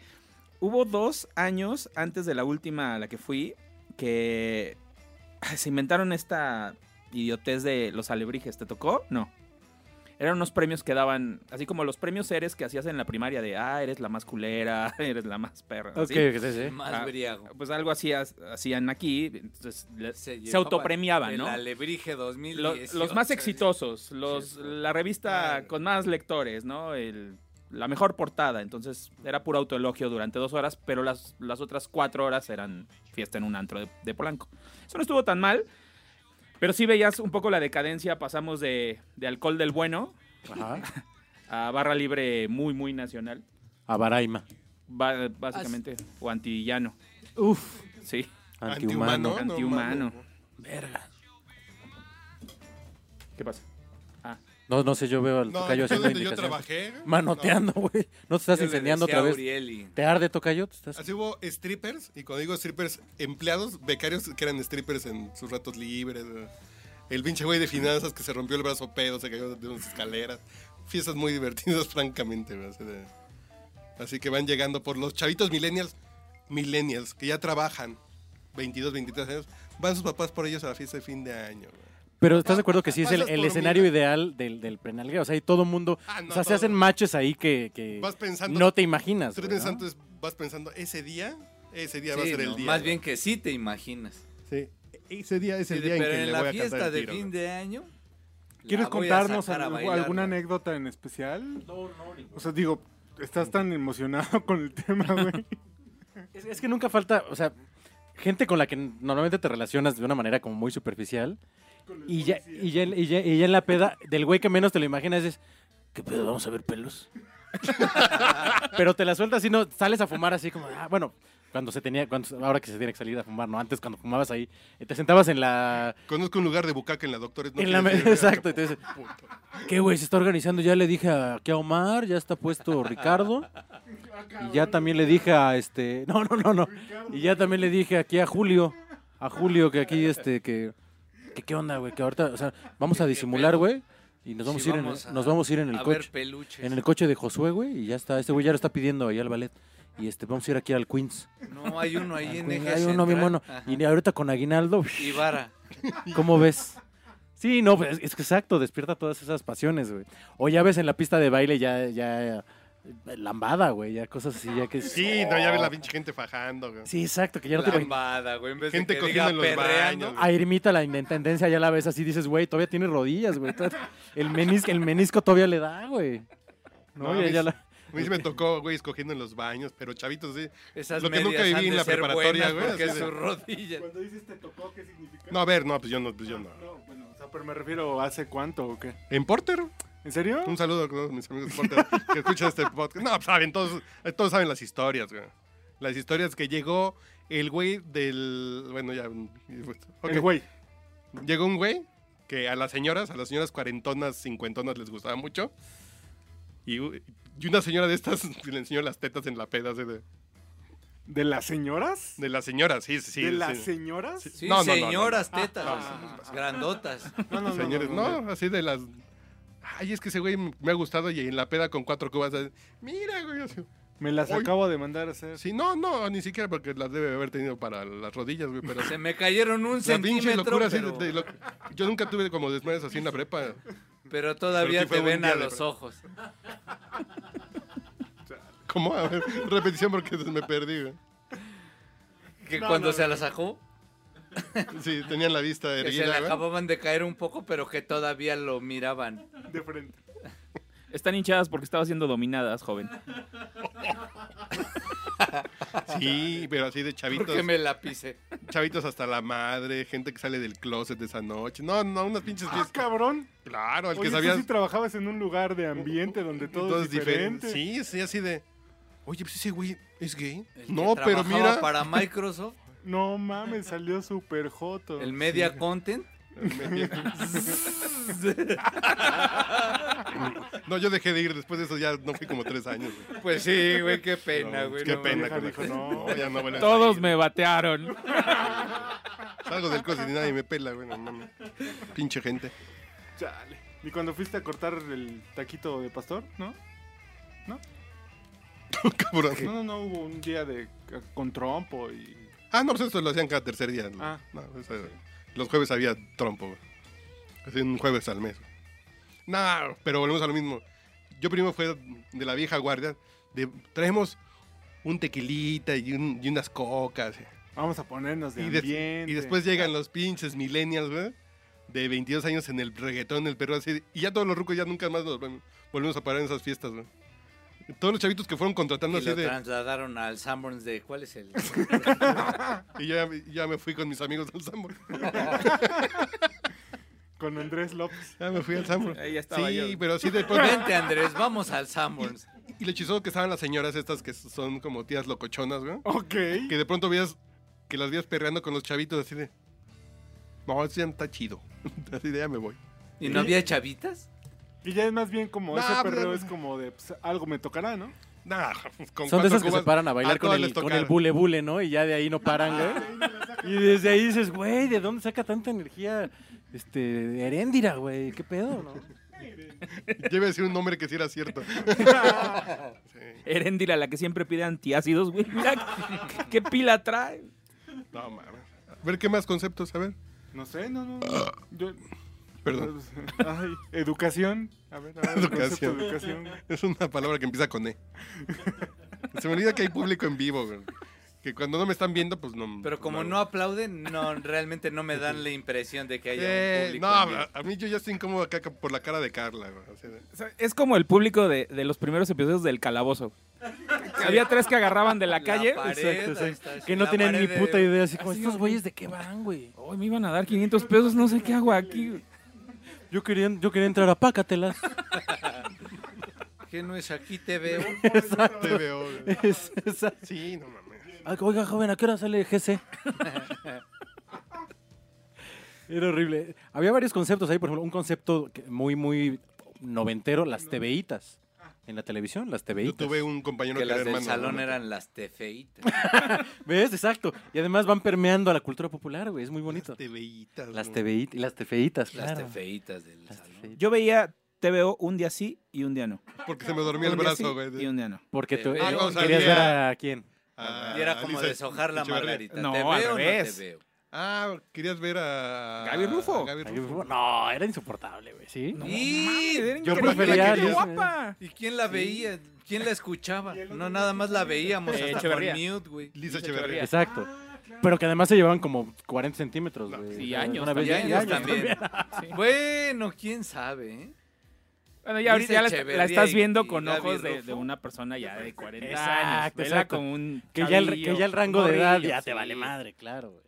[SPEAKER 5] Hubo dos años antes de la última a la que fui que ah, se inventaron esta idiotez de los alebrijes. ¿Te tocó? No. Eran unos premios que daban, así como los premios eres que hacías en la primaria de, ah, eres la más culera, eres la más perra.
[SPEAKER 6] Ok,
[SPEAKER 5] así.
[SPEAKER 6] sí, sí.
[SPEAKER 3] Más
[SPEAKER 5] Ah,
[SPEAKER 3] briago.
[SPEAKER 5] Pues algo así ha- hacían aquí. Entonces le- se
[SPEAKER 3] llevaba
[SPEAKER 5] autopremiaban, ¿no?
[SPEAKER 3] El alebrije
[SPEAKER 5] Lo-
[SPEAKER 3] 2018.
[SPEAKER 5] los más exitosos, los,
[SPEAKER 3] Sí, sí.
[SPEAKER 5] la revista
[SPEAKER 3] Ah.
[SPEAKER 5] con más lectores, ¿no? El- la mejor portada. Entonces era puro autoelogio durante dos horas, pero las, las otras cuatro horas eran fiesta en un antro de, de Polanco. Eso no estuvo tan mal, pero sí veías un poco la decadencia. Pasamos de, de alcohol del bueno
[SPEAKER 6] Ajá.
[SPEAKER 5] a barra libre muy, muy nacional,
[SPEAKER 6] A Baraima.
[SPEAKER 5] ba- básicamente, o antillano.
[SPEAKER 6] Uf.
[SPEAKER 5] Sí,
[SPEAKER 4] Antihumano.
[SPEAKER 6] Antihumano.
[SPEAKER 4] No, no
[SPEAKER 5] antihumano.
[SPEAKER 4] mames.
[SPEAKER 5] ¿Qué pasa?
[SPEAKER 6] No, no sé, yo veo al
[SPEAKER 4] No,
[SPEAKER 6] Tocayo
[SPEAKER 4] yo
[SPEAKER 6] haciendo
[SPEAKER 4] donde yo
[SPEAKER 6] indicaciones.
[SPEAKER 4] trabajé.
[SPEAKER 6] Manoteando, güey. No te estás
[SPEAKER 3] Yo le
[SPEAKER 6] incendiando
[SPEAKER 3] decía
[SPEAKER 6] otra
[SPEAKER 3] a
[SPEAKER 6] vez.
[SPEAKER 3] Uriel y-
[SPEAKER 6] ¿Te arde, Tocayo? ¿Te estás-
[SPEAKER 4] Así hubo strippers, y cuando digo strippers, empleados, becarios que eran strippers en sus ratos libres. eh. El pinche güey de finanzas que se rompió el brazo pedo, se cayó de unas escaleras. Fiestas muy divertidas, francamente. güey, así de- Así que van llegando por los chavitos millennials, millennials, que ya trabajan, 22, 23 años, van sus papás por ellos a la fiesta de fin de año. güey.
[SPEAKER 6] Pero ¿estás de acuerdo que sí es el,
[SPEAKER 4] Pasas
[SPEAKER 6] el
[SPEAKER 4] por
[SPEAKER 6] escenario
[SPEAKER 4] mí.
[SPEAKER 6] ideal del, del prenalgueo? O sea, ahí todo mundo...
[SPEAKER 4] Ah, no,
[SPEAKER 6] o sea, se
[SPEAKER 4] todo.
[SPEAKER 6] hacen matches ahí que, que
[SPEAKER 4] Vas pensando-
[SPEAKER 6] no te imaginas.
[SPEAKER 4] Tú
[SPEAKER 6] güey,
[SPEAKER 4] eres
[SPEAKER 6] ¿no?
[SPEAKER 4] santo, es- vas pensando, ese día, ese día va a
[SPEAKER 3] Sí,
[SPEAKER 4] ser
[SPEAKER 3] no,
[SPEAKER 4] el día.
[SPEAKER 3] Más
[SPEAKER 4] güey.
[SPEAKER 3] bien que sí te imaginas.
[SPEAKER 4] Sí, ese día es el
[SPEAKER 3] Sí,
[SPEAKER 4] día en
[SPEAKER 3] pero
[SPEAKER 4] que
[SPEAKER 3] en,
[SPEAKER 4] le voy
[SPEAKER 3] la
[SPEAKER 4] a cantar
[SPEAKER 3] fiesta
[SPEAKER 4] el
[SPEAKER 3] de
[SPEAKER 4] tiro,
[SPEAKER 3] fin
[SPEAKER 4] güey.
[SPEAKER 3] de año.
[SPEAKER 2] ¿Quieres
[SPEAKER 3] la voy a
[SPEAKER 2] contarnos
[SPEAKER 3] sacar a
[SPEAKER 2] algo-
[SPEAKER 3] bailar,
[SPEAKER 2] alguna
[SPEAKER 3] güey.
[SPEAKER 2] anécdota en especial? O sea, digo, estás tan emocionado con el tema, güey.
[SPEAKER 6] Es, es que nunca falta, o sea, gente con la que normalmente te relacionas de una manera como muy superficial. Y ya, y, ya, y, ya, y ya en la peda, del güey que menos te lo imaginas es, ¿qué pedo? ¿Vamos a ver pelos? Pero te la sueltas y no, sales a fumar así como, ah, bueno, cuando se tenía, cuando, ahora que se tiene que salir a fumar, no, antes cuando fumabas ahí, eh, te sentabas en la,
[SPEAKER 4] Conozco un lugar de bucaca en la doctora.
[SPEAKER 6] En la
[SPEAKER 4] quieres
[SPEAKER 6] me-
[SPEAKER 4] ir, güey,
[SPEAKER 6] exacto,
[SPEAKER 4] qué
[SPEAKER 6] entonces-
[SPEAKER 4] puto.
[SPEAKER 6] ¿qué güey se está organizando? Ya le dije a- aquí a Omar, ya está puesto Ricardo. Y ya también le dije a este. No, no, no, no. Y ya también le dije aquí a Julio. A Julio, que aquí este, que. que ¿Qué onda, güey? Que ahorita, o sea, vamos a disimular, güey. Y nos vamos,
[SPEAKER 3] Sí,
[SPEAKER 6] a ir en,
[SPEAKER 3] vamos a-
[SPEAKER 6] nos vamos a ir en el
[SPEAKER 3] a
[SPEAKER 6] coche.
[SPEAKER 3] ver peluches.
[SPEAKER 6] En el coche de Josué, güey. Y ya está. Este güey ya lo está pidiendo ahí al ballet. Y este, vamos a ir aquí al Queens.
[SPEAKER 3] No, hay uno ahí en
[SPEAKER 6] Al
[SPEAKER 3] Eje
[SPEAKER 6] Queens. Hay uno bien bueno.
[SPEAKER 3] Central. Ajá.
[SPEAKER 6] Y ahorita con Aguinaldo.
[SPEAKER 3] Y vara.
[SPEAKER 6] ¿Cómo ves? Sí, no, pues, es que exacto, despierta todas esas pasiones, güey. O ya ves en la pista de baile ya, ya eh, lambada, güey, ya cosas así, ya que...
[SPEAKER 4] Sí, no, ya ves la pinche gente fajando, güey.
[SPEAKER 6] Sí, exacto, que ya no te imaginas.
[SPEAKER 3] Lambada, güey. En vez
[SPEAKER 4] Gente
[SPEAKER 3] de que
[SPEAKER 4] cogiendo
[SPEAKER 3] diga
[SPEAKER 4] en los
[SPEAKER 3] perreando.
[SPEAKER 4] baños.
[SPEAKER 6] A Irmita, la intendencia, ya la ves así, dices, güey, todavía tiene rodillas, güey. todavía- El menisco, el menisco todavía le da, güey. No,
[SPEAKER 4] No,
[SPEAKER 6] ya,
[SPEAKER 4] mis-
[SPEAKER 6] ya la...
[SPEAKER 4] A mí sí me tocó, güey, escogiendo en los baños, pero chavitos, sí.
[SPEAKER 3] Esas
[SPEAKER 4] Lo que nunca
[SPEAKER 3] medias
[SPEAKER 4] viví
[SPEAKER 3] han
[SPEAKER 4] en
[SPEAKER 3] de
[SPEAKER 4] la
[SPEAKER 3] ser
[SPEAKER 4] preparatoria,
[SPEAKER 3] buenas
[SPEAKER 4] güey,
[SPEAKER 3] Porque
[SPEAKER 4] así de-
[SPEAKER 3] su rodilla.
[SPEAKER 2] Cuando dices te tocó, ¿qué significa?
[SPEAKER 4] No, a ver, no, pues yo no, pues yo no.
[SPEAKER 2] No, bueno, o sea, pero me refiero, ¿hace cuánto o qué?
[SPEAKER 4] En Porter,
[SPEAKER 2] ¿En serio?
[SPEAKER 4] un saludo a todos mis amigos de Porter que escuchan este podcast. No, saben, todos, eh, todos saben las historias, güey. Las historias que llegó el güey del. Bueno, ya. ok.
[SPEAKER 2] El güey.
[SPEAKER 4] Llegó un güey que a las señoras, a las señoras cuarentonas, cincuentonas les gustaba mucho. Y, u- y una señora de estas le enseñó las tetas en la peda así de,
[SPEAKER 2] ¿De las señoras?
[SPEAKER 4] de las señoras, sí, sí. sí,
[SPEAKER 2] ¿De las
[SPEAKER 4] sí.
[SPEAKER 2] señoras?
[SPEAKER 3] Sí,
[SPEAKER 4] No, no, no, no.
[SPEAKER 3] señoras tetas.
[SPEAKER 2] Ah, ah,
[SPEAKER 3] grandotas.
[SPEAKER 2] No, no,
[SPEAKER 4] Señores, no, así de las... Ay, es que ese güey m- me ha gustado y en la peda con cuatro cubas... así, Mira, güey. así.
[SPEAKER 2] Me las
[SPEAKER 4] Uy.
[SPEAKER 2] acabo de mandar a hacer.
[SPEAKER 4] Sí, no, no, ni siquiera porque las debe haber tenido para las rodillas, güey, pero...
[SPEAKER 3] Se me cayeron un
[SPEAKER 4] La pinche
[SPEAKER 3] centímetro,
[SPEAKER 4] locura así
[SPEAKER 3] pero,
[SPEAKER 4] de- de lo- Yo nunca tuve como desmayos así en la prepa.
[SPEAKER 3] pero todavía
[SPEAKER 4] Pero sí fue
[SPEAKER 3] te
[SPEAKER 4] un
[SPEAKER 3] ven
[SPEAKER 4] día
[SPEAKER 3] a
[SPEAKER 4] de
[SPEAKER 3] los
[SPEAKER 4] pre-
[SPEAKER 3] ojos.
[SPEAKER 4] ¿Cómo? A ver, repetición porque me perdí, güey.
[SPEAKER 3] Que cuando se las sacó,
[SPEAKER 4] Sí, tenían la vista
[SPEAKER 3] Que se le
[SPEAKER 4] erguida. güey.
[SPEAKER 3] acababan de caer un poco, pero que todavía lo miraban.
[SPEAKER 2] de frente.
[SPEAKER 7] Están hinchadas porque estaba siendo dominadas, joven.
[SPEAKER 4] Sí, pero así de chavitos.
[SPEAKER 3] Porque me la pisé.
[SPEAKER 4] Chavitos hasta la madre, gente que sale del closet de esa noche. No, no, unas pinches
[SPEAKER 2] ¡Ah,
[SPEAKER 4] fiestas.
[SPEAKER 2] cabrón!
[SPEAKER 4] Claro, el
[SPEAKER 2] Oye,
[SPEAKER 4] que
[SPEAKER 2] tú
[SPEAKER 4] sabías.
[SPEAKER 2] sí trabajabas en un lugar de ambiente donde todo, es diferente.
[SPEAKER 4] Sí, sí, así de. Oye, pues ese güey es gay.
[SPEAKER 3] El que
[SPEAKER 4] No, pero
[SPEAKER 3] trabajaba
[SPEAKER 4] mira.
[SPEAKER 3] Para Microsoft,
[SPEAKER 2] No mames, salió súper joto.
[SPEAKER 3] el media content.
[SPEAKER 4] No, yo dejé de ir. Después de eso ya no fui como tres años. güey.
[SPEAKER 3] Pues sí, güey, qué pena,
[SPEAKER 4] No,
[SPEAKER 3] güey.
[SPEAKER 4] Qué
[SPEAKER 3] no
[SPEAKER 4] pena.
[SPEAKER 2] vieja
[SPEAKER 4] con la
[SPEAKER 2] dijo,
[SPEAKER 4] gente.
[SPEAKER 2] no.
[SPEAKER 4] ya no vuelves a
[SPEAKER 7] Todos
[SPEAKER 4] ir.
[SPEAKER 7] me batearon.
[SPEAKER 4] Salgo del closet y nadie me pela, güey. No mames. Pinche gente.
[SPEAKER 2] Chale. Ni cuando fuiste a cortar el taquito de pastor, ¿no?
[SPEAKER 4] Cabrón.
[SPEAKER 2] No, no, no, hubo un día de ah, con trompo y...
[SPEAKER 4] Ah, no, pues eso lo hacían cada tercer día. ¿no?
[SPEAKER 2] Ah.
[SPEAKER 4] No, eso- los jueves había trompo, güey. Hacían un jueves al mes. No, pero volvemos a lo mismo. Yo primero fue de la vieja guardia. De, traemos un tequilita y, un- y unas cocas. eh.
[SPEAKER 2] Vamos a ponernos de
[SPEAKER 4] Y, des-
[SPEAKER 2] ambiente.
[SPEAKER 4] y después llegan los pinches millennials, güey. De 22 años en el reggaetón, el perro así. Y ya todos los rucos ya nunca más nos volvemos- volvemos a parar en esas fiestas, güey. Todos los chavitos que fueron contratando
[SPEAKER 3] Y
[SPEAKER 4] así
[SPEAKER 3] lo
[SPEAKER 4] de...
[SPEAKER 3] trasladaron al Sanborns de. ¿Cuál es el.?
[SPEAKER 4] Y ya, ya me fui con mis amigos al Sambor.
[SPEAKER 2] Con Andrés López.
[SPEAKER 4] Ya me fui al Sambor.
[SPEAKER 5] Ahí estaba
[SPEAKER 4] sí,
[SPEAKER 5] yo.
[SPEAKER 4] pero así después...
[SPEAKER 3] Vente, Andrés, vamos al Sanborns.
[SPEAKER 4] Y lo chistoso que estaban las señoras estas que son como tías locochonas, güey.
[SPEAKER 2] Ok.
[SPEAKER 4] Que de pronto veías que las veías perreando con los chavitos así de... No, eso ya no está chido. Así de ya me voy.
[SPEAKER 3] ¿Y no había chavitas?
[SPEAKER 2] Y ya es más bien como...
[SPEAKER 4] No,
[SPEAKER 2] ese
[SPEAKER 4] pero-
[SPEAKER 2] perreo es como de... pues, algo me tocará, ¿no?
[SPEAKER 4] Nah, pues, con
[SPEAKER 6] Son
[SPEAKER 4] cuatro
[SPEAKER 6] de esas que se
[SPEAKER 4] cubas,
[SPEAKER 6] paran a bailar con
[SPEAKER 4] todas
[SPEAKER 6] el,
[SPEAKER 4] les
[SPEAKER 6] con
[SPEAKER 4] tocaron.
[SPEAKER 6] el bule bule, ¿no? Y ya de ahí no paran, güey. Y desde ahí dices, güey, ¿de dónde saca tanta energía este, Heréndira, güey? ¿Qué pedo, no?
[SPEAKER 4] Yo iba a decir un nombre que sí era cierto. Sí.
[SPEAKER 7] Erendira, la que siempre pide antiácidos, güey. Mira qué- qué pila trae.
[SPEAKER 4] No, mames. A ver, ¿qué más conceptos? A ver.
[SPEAKER 2] No sé, no, no. Yo- pues,
[SPEAKER 4] Perdón.
[SPEAKER 2] Ay, educación. A ver, a ver, el concepto de educación.
[SPEAKER 4] Es una palabra que empieza con E. Se me olvida que hay público en vivo, güey. Que cuando no me están viendo, pues no.
[SPEAKER 3] Pero como no aplauden, no, realmente no me dan la impresión de que haya un
[SPEAKER 4] Eh,
[SPEAKER 3] público.
[SPEAKER 4] no,
[SPEAKER 3] en vivo.
[SPEAKER 4] a a mí yo ya estoy incómodo acá ca- por la cara de Carla, güey. Así de-
[SPEAKER 7] O sea, es como el público de, de los primeros episodios del calabozo. Había tres que agarraban de la calle.
[SPEAKER 3] pared,
[SPEAKER 6] Exacto,
[SPEAKER 3] ahí
[SPEAKER 6] exacto.
[SPEAKER 3] está,
[SPEAKER 6] Que
[SPEAKER 3] sí,
[SPEAKER 6] no
[SPEAKER 3] la
[SPEAKER 6] tenían ni
[SPEAKER 3] pared de-
[SPEAKER 6] puta idea, así como,
[SPEAKER 7] Así,
[SPEAKER 6] ¿estos
[SPEAKER 7] güey.
[SPEAKER 6] güeyes de qué van, güey?
[SPEAKER 7] Hoy me iban a dar 500 pesos, no sé qué hago aquí.
[SPEAKER 6] Yo quería, yo quería entrar a Pácatelas.
[SPEAKER 3] ¿Qué no es aquí te veo?
[SPEAKER 4] Te veo, güey.
[SPEAKER 6] Es- es-
[SPEAKER 4] Sí, no mames.
[SPEAKER 6] Ah, Oiga, joven, ¿a qué hora sale GC? Era horrible. Había varios conceptos ahí, por ejemplo, un concepto que- muy, muy noventero, las TVitas. En la televisión, las
[SPEAKER 4] Yo
[SPEAKER 6] TVitas.
[SPEAKER 4] tuve un compañero
[SPEAKER 3] que
[SPEAKER 4] que
[SPEAKER 3] las
[SPEAKER 4] era
[SPEAKER 3] del
[SPEAKER 4] hermano.
[SPEAKER 3] salón
[SPEAKER 4] ¿no?
[SPEAKER 3] eran las tefeitas.
[SPEAKER 6] ¿Ves? Exacto. Y además van permeando a la cultura popular, güey. Es muy bonito.
[SPEAKER 4] Las tebeitas.
[SPEAKER 6] Las
[SPEAKER 4] ¿no?
[SPEAKER 6] TVitas, las tefeitas,
[SPEAKER 3] Las E
[SPEAKER 6] claro.
[SPEAKER 3] tefeitas del
[SPEAKER 6] Las E
[SPEAKER 3] salón.
[SPEAKER 6] tefeitas.
[SPEAKER 7] Yo veía TVO un día sí y un día no.
[SPEAKER 4] Porque se me dormía el
[SPEAKER 7] Un día sí
[SPEAKER 4] brazo,
[SPEAKER 7] Y
[SPEAKER 4] güey.
[SPEAKER 7] un día no.
[SPEAKER 6] Porque tú
[SPEAKER 3] Ah,
[SPEAKER 6] eh,
[SPEAKER 4] o sea,
[SPEAKER 6] querías
[SPEAKER 4] había-
[SPEAKER 6] ver a quién.
[SPEAKER 4] Ah,
[SPEAKER 3] Y era como
[SPEAKER 4] Alicia
[SPEAKER 3] deshojar la
[SPEAKER 4] Echeverría.
[SPEAKER 3] margarita.
[SPEAKER 7] No,
[SPEAKER 3] ¿Te
[SPEAKER 7] al
[SPEAKER 3] veo o no
[SPEAKER 7] revés.
[SPEAKER 3] te veo?
[SPEAKER 4] Ah, querías ver a.
[SPEAKER 7] Gaby Rufo.
[SPEAKER 4] a Gaby
[SPEAKER 6] Ahí fue- No, era insoportable, güey, ¿sí?
[SPEAKER 3] ¿Y?
[SPEAKER 6] Yo
[SPEAKER 7] Increíble,
[SPEAKER 6] prefería-
[SPEAKER 7] qué guapa.
[SPEAKER 3] ¿Y quién la veía? ¿Quién la escuchaba? No, nada más la veíamos
[SPEAKER 7] Eh,
[SPEAKER 3] hasta por
[SPEAKER 7] Echeverría.
[SPEAKER 3] mute, güey.
[SPEAKER 4] Lisa Echeverría.
[SPEAKER 6] Exacto. Pero que además se llevaban como 40 centímetros, güey.
[SPEAKER 7] sí,
[SPEAKER 6] O sea,
[SPEAKER 7] años
[SPEAKER 6] una vez-
[SPEAKER 3] Y años
[SPEAKER 7] Y años
[SPEAKER 3] también. Bueno, quién sabe, ¿eh?
[SPEAKER 7] Bueno, ya ahorita
[SPEAKER 3] Dice
[SPEAKER 7] ya la, est- la
[SPEAKER 3] Echeverría
[SPEAKER 7] estás
[SPEAKER 3] y-
[SPEAKER 7] viendo
[SPEAKER 3] y
[SPEAKER 7] con
[SPEAKER 3] Gaby
[SPEAKER 7] ojos de,
[SPEAKER 3] Rufo.
[SPEAKER 7] de una persona ya de 40 años.
[SPEAKER 6] Exacto,
[SPEAKER 7] Vela
[SPEAKER 6] exacto.
[SPEAKER 7] con un
[SPEAKER 6] Que ya, el, que
[SPEAKER 7] cabello
[SPEAKER 6] ya el rango de edad
[SPEAKER 7] morrillo,
[SPEAKER 6] ya te
[SPEAKER 7] sí.
[SPEAKER 6] vale madre, claro, güey.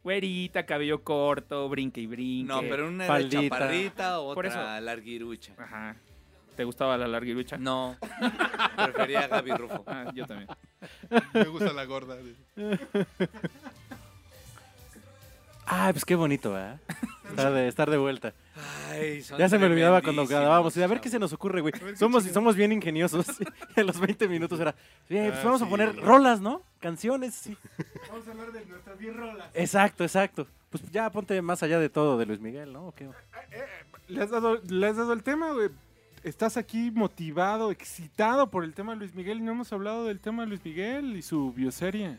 [SPEAKER 7] Güerita, cabello corto, brinque y brinque.
[SPEAKER 3] No, pero una era
[SPEAKER 6] Faldita.
[SPEAKER 3] chaparrita,
[SPEAKER 7] Por
[SPEAKER 3] otra
[SPEAKER 7] eso.
[SPEAKER 3] larguirucha.
[SPEAKER 7] Ajá. ¿Te gustaba la larguirucha?
[SPEAKER 3] No, prefería a Gaby Rufo.
[SPEAKER 7] Ah, yo también.
[SPEAKER 4] Me gusta la gorda.
[SPEAKER 6] Ah, pues qué bonito, ¿verdad? Estar de, estar de vuelta.
[SPEAKER 3] Ay, son
[SPEAKER 6] Ya se me olvidaba cuando
[SPEAKER 3] tremendísimos,
[SPEAKER 6] grabábamos. Y a ver
[SPEAKER 3] chavos.
[SPEAKER 6] qué se nos ocurre, güey. Somos, somos bien ingeniosos. Y a los 20 minutos era, "Eh, pues
[SPEAKER 4] Ah,
[SPEAKER 6] vamos a
[SPEAKER 4] sí,
[SPEAKER 6] poner
[SPEAKER 4] lo-
[SPEAKER 6] rolas, ¿no? Canciones, sí.
[SPEAKER 2] Vamos a hablar de nuestras 10 rolas.
[SPEAKER 6] Exacto, exacto. Pues ya ponte más allá de todo de Luis Miguel, ¿no? ¿O qué?
[SPEAKER 2] ¿Le has dado, le has dado el tema, güey? Estás aquí motivado, excitado por el tema de Luis Miguel y no hemos hablado del tema de Luis Miguel y su bioserie.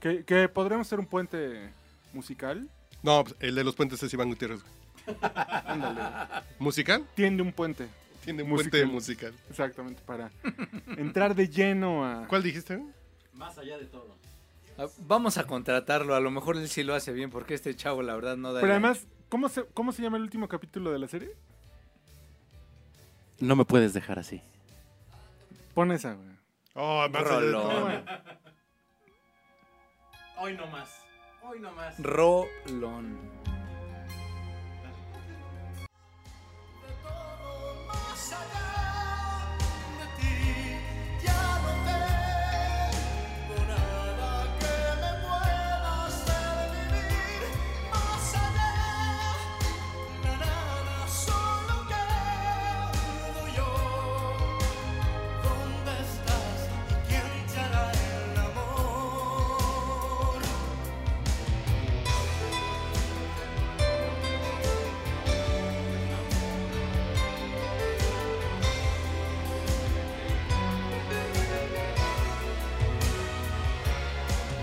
[SPEAKER 2] Que, que podremos ser un puente musical.
[SPEAKER 4] No, pues, el de los puentes es Iván Gutiérrez. güey. ¿Musical?
[SPEAKER 2] Tiende un puente,
[SPEAKER 4] Tiene un
[SPEAKER 2] Musical.
[SPEAKER 4] puente musical.
[SPEAKER 2] exactamente, para entrar de lleno a...
[SPEAKER 4] ¿Cuál dijiste? güey?
[SPEAKER 6] Más allá de todo.
[SPEAKER 3] Ah, Vamos a contratarlo, a lo mejor él sí lo hace bien, porque este chavo la verdad no da...
[SPEAKER 2] Pero
[SPEAKER 3] el-
[SPEAKER 2] además, ¿cómo se, ¿cómo se llama el último capítulo de la serie?
[SPEAKER 6] No me puedes dejar así.
[SPEAKER 2] Pon esa, güey.
[SPEAKER 4] Oh, me hace-
[SPEAKER 3] Rolón.
[SPEAKER 6] Hoy no más. Hoy no más.
[SPEAKER 3] Rolón.
[SPEAKER 9] Más allá de ti, ya no tengo nada que me pueda hacer vivir. Más allá, na, na, na, solo quedo yo. ¿Dónde estás y quién te hará el amor?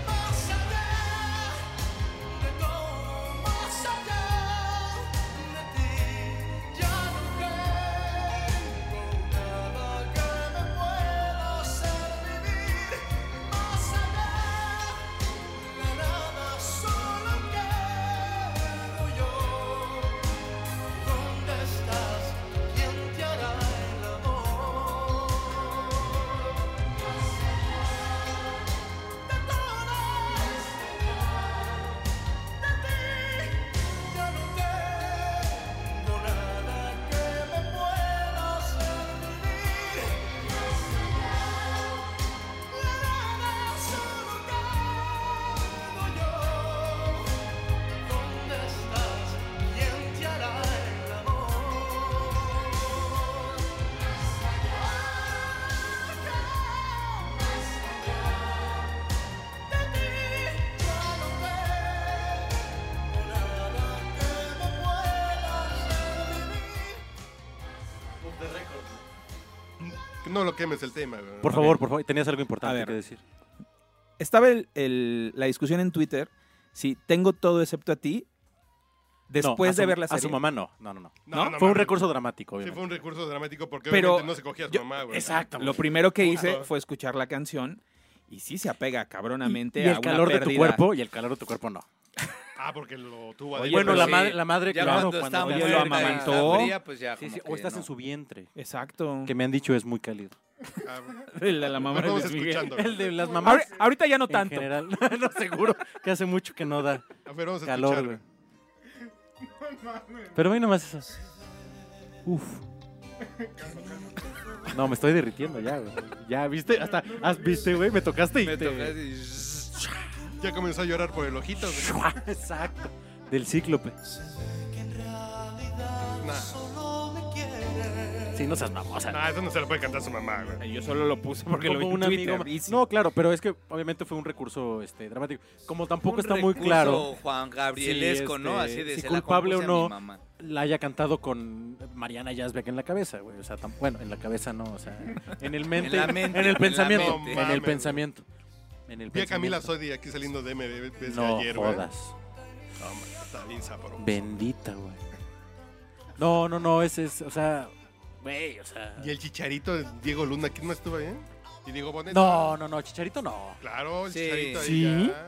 [SPEAKER 9] Más allá de todo, más allá de ti, ya no tengo nada que me pueda hacer vivir. Más allá de nada, solo quedo yo. ¿Dónde estás? ¿Quién te hará el amor? De todas, de ti, ya no tengo nada que me pueda hacer vivir. La nada solo quedo yo. ¿Dónde estás? ¿Quién te hará el amor? De ti ya no tengo nada que me pueda hacer vivir.
[SPEAKER 4] No lo quemes el tema, güey.
[SPEAKER 6] Por favor, por favor, tenías algo importante
[SPEAKER 5] A ver.
[SPEAKER 6] que decir.
[SPEAKER 5] Estaba el- el- la discusión en Twitter si tengo todo excepto a ti después
[SPEAKER 6] No, a
[SPEAKER 5] de
[SPEAKER 6] su-
[SPEAKER 5] ver la serie.
[SPEAKER 6] A su mamá no. No, no, no.
[SPEAKER 4] No,
[SPEAKER 5] ¿no?
[SPEAKER 4] no
[SPEAKER 6] fue un
[SPEAKER 4] mames.
[SPEAKER 6] recurso dramático,
[SPEAKER 4] Sí,
[SPEAKER 6] obviamente.
[SPEAKER 4] fue un recurso dramático porque
[SPEAKER 5] Pero
[SPEAKER 4] obviamente no se cogía a su
[SPEAKER 5] yo-
[SPEAKER 4] mamá, güey.
[SPEAKER 6] Exacto.
[SPEAKER 5] Lo primero que hice
[SPEAKER 4] Justo.
[SPEAKER 5] fue escuchar la canción y sí se apega cabronamente
[SPEAKER 6] Y
[SPEAKER 5] a
[SPEAKER 6] el
[SPEAKER 5] una
[SPEAKER 6] calor de tu
[SPEAKER 5] pérdida.
[SPEAKER 6] cuerpo y el calor de tu cuerpo no.
[SPEAKER 4] Ah, porque lo tuvo
[SPEAKER 3] Oye,
[SPEAKER 4] adentro.
[SPEAKER 6] bueno, la,
[SPEAKER 3] sí.
[SPEAKER 6] madre, la madre,
[SPEAKER 3] Ya
[SPEAKER 6] claro,
[SPEAKER 3] cuando
[SPEAKER 6] cuando,
[SPEAKER 3] está
[SPEAKER 6] oye,
[SPEAKER 5] lo
[SPEAKER 3] muerta y está
[SPEAKER 5] amamantó.
[SPEAKER 3] fría, pues ya
[SPEAKER 6] Sí,
[SPEAKER 3] como
[SPEAKER 6] sí,
[SPEAKER 3] que
[SPEAKER 6] o estás
[SPEAKER 3] no.
[SPEAKER 6] en su vientre.
[SPEAKER 5] Exacto.
[SPEAKER 6] Que me han dicho es muy cálido.
[SPEAKER 4] Ah, güey.
[SPEAKER 5] De la, la mamá
[SPEAKER 4] Nos
[SPEAKER 5] de
[SPEAKER 4] vamos
[SPEAKER 5] Luis Miguel.
[SPEAKER 4] escuchando. güey.
[SPEAKER 6] El de las
[SPEAKER 5] Ahori-
[SPEAKER 6] mamás.
[SPEAKER 5] ahorita ya no
[SPEAKER 6] en
[SPEAKER 5] tanto.
[SPEAKER 6] general. no, seguro. Que hace mucho que no da
[SPEAKER 4] A ver, vamos a
[SPEAKER 6] calor,
[SPEAKER 4] escuchar. güey.
[SPEAKER 6] güey. Pero ve nomás eso. Uf. No, me estoy derritiendo ya, güey. Ya, viste, hasta, ah, viste, güey, me tocaste y
[SPEAKER 3] Me
[SPEAKER 6] te-
[SPEAKER 3] tocas y-
[SPEAKER 4] Ya comenzó a llorar por el ojito, güey.
[SPEAKER 6] Exacto. Del cíclope.
[SPEAKER 9] Que en realidad
[SPEAKER 4] Nah.
[SPEAKER 9] solo me quieres.
[SPEAKER 6] Sí, no seas mamosa.
[SPEAKER 4] Ah, eso no se lo puede cantar su mamá, güey.
[SPEAKER 5] Yo solo lo puse porque lo vi
[SPEAKER 6] Como
[SPEAKER 5] en
[SPEAKER 6] un
[SPEAKER 5] Twitter.
[SPEAKER 6] amigo ma-
[SPEAKER 5] y sí.
[SPEAKER 6] No, claro, pero es que obviamente fue un recurso este, dramático. Como tampoco
[SPEAKER 3] Un
[SPEAKER 6] está muy
[SPEAKER 3] recurso
[SPEAKER 6] claro
[SPEAKER 3] Juan Gabrielesco,
[SPEAKER 6] Sí,
[SPEAKER 3] ¿no?
[SPEAKER 6] este,
[SPEAKER 3] Así de
[SPEAKER 6] si
[SPEAKER 3] "Se la
[SPEAKER 6] culpable
[SPEAKER 3] compuse
[SPEAKER 6] o
[SPEAKER 3] a mi
[SPEAKER 6] no".
[SPEAKER 3] mamá".
[SPEAKER 6] la haya cantado con Mariana Yazbek en la cabeza, güey. O sea, tam- bueno, en la cabeza no, o sea, en el mente,
[SPEAKER 3] la mente,
[SPEAKER 6] en
[SPEAKER 3] en
[SPEAKER 6] el
[SPEAKER 3] la
[SPEAKER 6] pensamiento,
[SPEAKER 4] mente.
[SPEAKER 6] en el
[SPEAKER 4] Mames.
[SPEAKER 6] pensamiento. En el
[SPEAKER 4] Vi a
[SPEAKER 6] pensamiento.
[SPEAKER 4] Camila Sodi aquí saliendo de MB desde
[SPEAKER 6] No
[SPEAKER 4] ayer, güey.
[SPEAKER 6] jodas.
[SPEAKER 4] No, man, está bien sabroso.
[SPEAKER 6] Bendita, güey. No, no, no, ese es, o sea, güey, o sea,
[SPEAKER 4] Y el chicharito de Diego Luna, ¿quién más estuvo ahí? Y Diego Bonet.
[SPEAKER 6] no, no, no, Chicharito no.
[SPEAKER 4] Claro, el
[SPEAKER 3] Sí.
[SPEAKER 4] chicharito ahí.
[SPEAKER 6] Sí.
[SPEAKER 4] ya.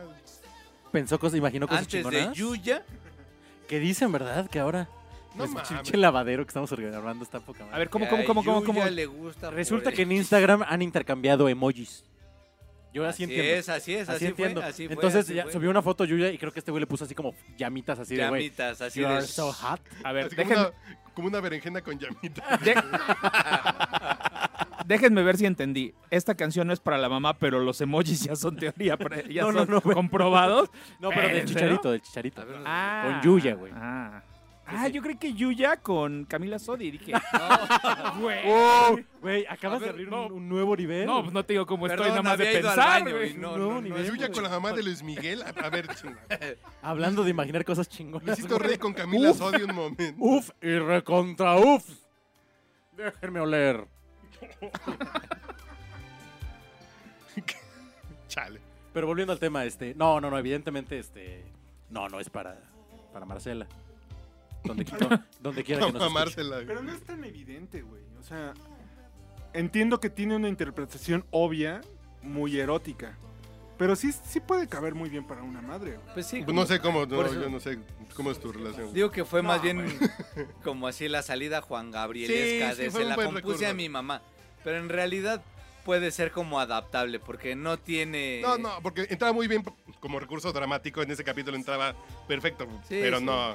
[SPEAKER 6] Pensó cosas, imaginó cosas
[SPEAKER 3] Antes de
[SPEAKER 6] chingonas.
[SPEAKER 3] Yuya,
[SPEAKER 6] que dicen, ¿verdad? Que ahora
[SPEAKER 4] No
[SPEAKER 6] pues,
[SPEAKER 4] mames.
[SPEAKER 6] pinche lavadero que estamos grabando está poca madre.
[SPEAKER 5] A ver, ¿cómo,
[SPEAKER 3] que
[SPEAKER 5] cómo,
[SPEAKER 3] a
[SPEAKER 5] cómo, cómo, cómo?
[SPEAKER 3] Yuya le gusta. por
[SPEAKER 6] Resulta
[SPEAKER 3] el-
[SPEAKER 6] que en Instagram han intercambiado emojis. Yo así,
[SPEAKER 3] Así
[SPEAKER 6] entiendo.
[SPEAKER 3] es, así es,
[SPEAKER 6] así,
[SPEAKER 3] así, fue,
[SPEAKER 6] entiendo.
[SPEAKER 3] así fue,
[SPEAKER 6] Entonces
[SPEAKER 3] así
[SPEAKER 6] ya
[SPEAKER 3] fue.
[SPEAKER 6] subió una foto Yuya y creo que este güey le puso así como llamitas así de güey. ah,
[SPEAKER 3] Llamitas, así
[SPEAKER 6] You
[SPEAKER 3] de
[SPEAKER 6] are so hot.
[SPEAKER 5] A ver,
[SPEAKER 4] Así como,
[SPEAKER 5] déjenme,
[SPEAKER 4] una, como una berenjena con llamita.
[SPEAKER 5] de- déjenme ver si entendí. Esta canción no es para la mamá, pero los emojis ya son teoría, pre- ya
[SPEAKER 6] No, no,
[SPEAKER 5] son
[SPEAKER 6] no, güey.
[SPEAKER 5] comprobados.
[SPEAKER 6] No, pero
[SPEAKER 5] ¿En
[SPEAKER 6] del
[SPEAKER 5] serio?
[SPEAKER 6] chicharito, del chicharito.
[SPEAKER 3] A ver,
[SPEAKER 5] Ah,
[SPEAKER 6] Yuya, güey.
[SPEAKER 5] Ah, Ah, yo creí que Yuya con Camila Sodi. Dije, güey.
[SPEAKER 6] Oh, Güey, acabas
[SPEAKER 3] Oh, A ver,
[SPEAKER 6] de abrir
[SPEAKER 5] no.
[SPEAKER 6] un, un nuevo nivel.
[SPEAKER 5] No, pues no te digo cómo estoy,
[SPEAKER 3] Perdón,
[SPEAKER 5] nada más de
[SPEAKER 3] había ido al
[SPEAKER 5] pensar,
[SPEAKER 3] baño
[SPEAKER 5] güey.
[SPEAKER 3] y no,
[SPEAKER 6] No,
[SPEAKER 3] no,
[SPEAKER 6] ni
[SPEAKER 3] no,
[SPEAKER 6] ver.
[SPEAKER 4] Yuya con la mamá de Luis Miguel. A, a ver, chinga.
[SPEAKER 6] Hablando de imaginar cosas chingonas.
[SPEAKER 4] Luisito
[SPEAKER 6] güey.
[SPEAKER 4] Rey con Camila Sodi un momento.
[SPEAKER 6] Uf y recontra uf. Déjenme oler.
[SPEAKER 4] Chale.
[SPEAKER 6] Pero volviendo al tema, este, no, no, no, evidentemente, este, no, no es para, para Marcela. Donde, quito- donde quiera que nos
[SPEAKER 4] Vamos a
[SPEAKER 6] escuche.
[SPEAKER 4] amársela.
[SPEAKER 2] Pero no es tan evidente, güey. O sea, entiendo que tiene una interpretación obvia, muy erótica. Pero sí, sí puede caber muy bien para una madre. güey.
[SPEAKER 3] Pues sí.
[SPEAKER 4] No sé cómo, no,
[SPEAKER 3] Por eso-
[SPEAKER 4] yo no sé cómo es tu relación.
[SPEAKER 3] Digo que fue más bien como así la salida Juan Gabrielesca
[SPEAKER 4] Sí, sí,
[SPEAKER 3] de
[SPEAKER 4] fue
[SPEAKER 3] se
[SPEAKER 4] un
[SPEAKER 3] la
[SPEAKER 4] buen
[SPEAKER 3] compuse
[SPEAKER 4] recurso.
[SPEAKER 3] a mi mamá. Pero en realidad puede ser como adaptable porque no tiene.
[SPEAKER 4] No, no, porque entraba muy bien como recurso dramático. En ese capítulo entraba perfecto,
[SPEAKER 3] Sí,
[SPEAKER 4] pero
[SPEAKER 3] sí. Ah.
[SPEAKER 4] no.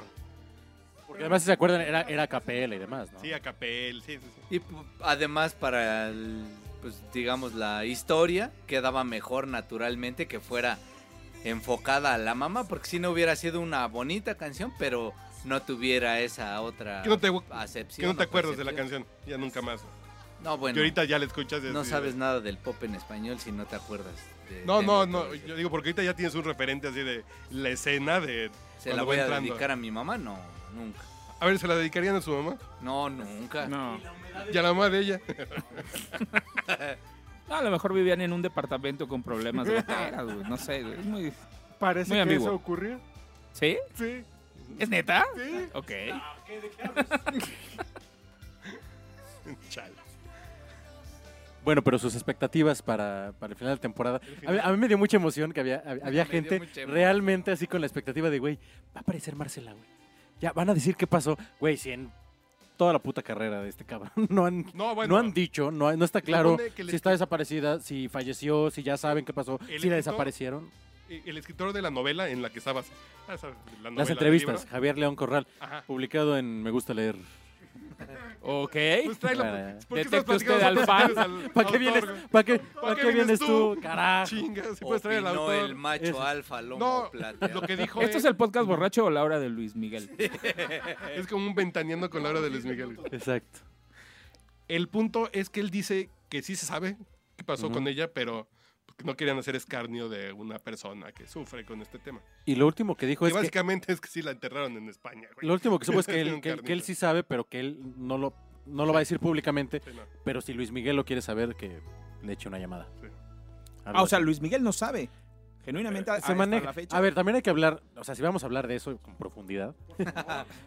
[SPEAKER 6] Porque además, si se acuerdan, era, era capela y demás, ¿no?
[SPEAKER 4] Sí, a capel, sí, sí, sí.
[SPEAKER 3] Y pu- además para el, pues digamos la historia quedaba mejor naturalmente que fuera enfocada a la mamá porque si no hubiera sido una bonita canción pero no tuviera esa otra
[SPEAKER 4] Que no te-
[SPEAKER 3] acepción.
[SPEAKER 4] que no te
[SPEAKER 3] o
[SPEAKER 4] acuerdas de la
[SPEAKER 3] percepción.
[SPEAKER 4] canción, ya nunca más.
[SPEAKER 3] No, bueno.
[SPEAKER 4] que ahorita ya la escuchas. y
[SPEAKER 3] no
[SPEAKER 4] así de-
[SPEAKER 3] sabes nada del pop en español si no te acuerdas. de-
[SPEAKER 4] No,
[SPEAKER 3] de
[SPEAKER 4] no,
[SPEAKER 3] lo
[SPEAKER 4] no.
[SPEAKER 3] que-
[SPEAKER 4] Yo digo, porque ahorita ya tienes un referente así de la escena de.
[SPEAKER 3] Se
[SPEAKER 4] cuando
[SPEAKER 3] la
[SPEAKER 4] va
[SPEAKER 3] voy a
[SPEAKER 4] entrando.
[SPEAKER 3] dedicar a mi mamá, no, nunca.
[SPEAKER 4] A ver, ¿se la dedicarían a su mamá?
[SPEAKER 3] No, nunca.
[SPEAKER 7] No.
[SPEAKER 4] Y a la mamá de ella.
[SPEAKER 7] A lo mejor vivían en un departamento con problemas de goteras, güey. No sé, güey. Es muy.
[SPEAKER 2] Parece
[SPEAKER 7] Muy
[SPEAKER 2] que
[SPEAKER 7] ambiguo.
[SPEAKER 2] eso ocurrió.
[SPEAKER 7] ¿Sí?
[SPEAKER 2] Sí.
[SPEAKER 7] ¿Es neta?
[SPEAKER 2] Sí.
[SPEAKER 7] Ok.
[SPEAKER 4] Chale.
[SPEAKER 6] Bueno, pero sus expectativas para, para el final de temporada. A mí, a mí me dio mucha emoción que había, hab- había
[SPEAKER 3] Me dio
[SPEAKER 6] gente
[SPEAKER 3] mucha emoción.
[SPEAKER 6] realmente así con la expectativa de, güey, va a aparecer Marcela, güey. Ya van a decir qué pasó, güey, si en toda la puta carrera de este cabrón no han,
[SPEAKER 4] No, bueno.
[SPEAKER 6] no han dicho, no, no está claro
[SPEAKER 4] supone que el
[SPEAKER 6] si está desaparecida, si falleció, si ya saben qué pasó,
[SPEAKER 4] El
[SPEAKER 6] si la
[SPEAKER 4] escritor-
[SPEAKER 6] desaparecieron.
[SPEAKER 4] El escritor de la novela en la que estabas. ah, ¿sabes? La novela
[SPEAKER 6] Las
[SPEAKER 4] del
[SPEAKER 6] entrevistas,
[SPEAKER 4] libro.
[SPEAKER 6] Javier León Corral,
[SPEAKER 4] Ajá.
[SPEAKER 6] publicado en Me Gusta Leer.
[SPEAKER 7] Ok.
[SPEAKER 4] Pues tráelo.
[SPEAKER 6] Para-
[SPEAKER 4] ¿Por qué
[SPEAKER 7] Detecte
[SPEAKER 4] estás platicando
[SPEAKER 7] usted
[SPEAKER 4] sobre
[SPEAKER 7] al
[SPEAKER 4] ustedes
[SPEAKER 7] fan.
[SPEAKER 4] al
[SPEAKER 6] ¿Para qué
[SPEAKER 4] autor,
[SPEAKER 6] vienes,
[SPEAKER 4] güey?
[SPEAKER 6] ¿para qué, para qué vienes tú, carajo?
[SPEAKER 4] Chinga, si puedes traer al
[SPEAKER 3] Opinó
[SPEAKER 4] autor.
[SPEAKER 3] el macho alfa, lomo
[SPEAKER 4] No,
[SPEAKER 3] plateado.
[SPEAKER 4] lo que dijo
[SPEAKER 7] ¿Esto es
[SPEAKER 4] es,
[SPEAKER 7] el podcast borracho o la hora de Luis Miguel?
[SPEAKER 4] es como un ventaneando con la hora de Luis Miguel.
[SPEAKER 6] Exacto.
[SPEAKER 4] El punto es que él dice que sí se sabe qué pasó
[SPEAKER 6] Ujú.
[SPEAKER 4] con ella, pero pues, que no querían hacer escarnio de una persona que sufre con este tema.
[SPEAKER 6] Y lo último que dijo
[SPEAKER 4] y
[SPEAKER 6] es Pues que
[SPEAKER 4] básicamente es que sí la enterraron en España, güey.
[SPEAKER 6] Lo último que supo es que
[SPEAKER 4] Es un
[SPEAKER 6] él, que él- que él
[SPEAKER 4] carnita.
[SPEAKER 6] sí sabe, pero que él no lo, no lo va a decir públicamente.
[SPEAKER 4] Sí, no.
[SPEAKER 6] Pero si Luis Miguel lo quiere saber, que le eche una llamada.
[SPEAKER 4] Sí.
[SPEAKER 6] Algo
[SPEAKER 5] Ah, o
[SPEAKER 6] así.
[SPEAKER 5] sea,
[SPEAKER 6] Ah,
[SPEAKER 5] Luis Miguel no sabe. Genuinamente, a-
[SPEAKER 6] se
[SPEAKER 5] hasta
[SPEAKER 6] maneja.
[SPEAKER 5] la fecha.
[SPEAKER 6] A ver, también hay que hablar, o sea, si vamos a hablar de eso con profundidad,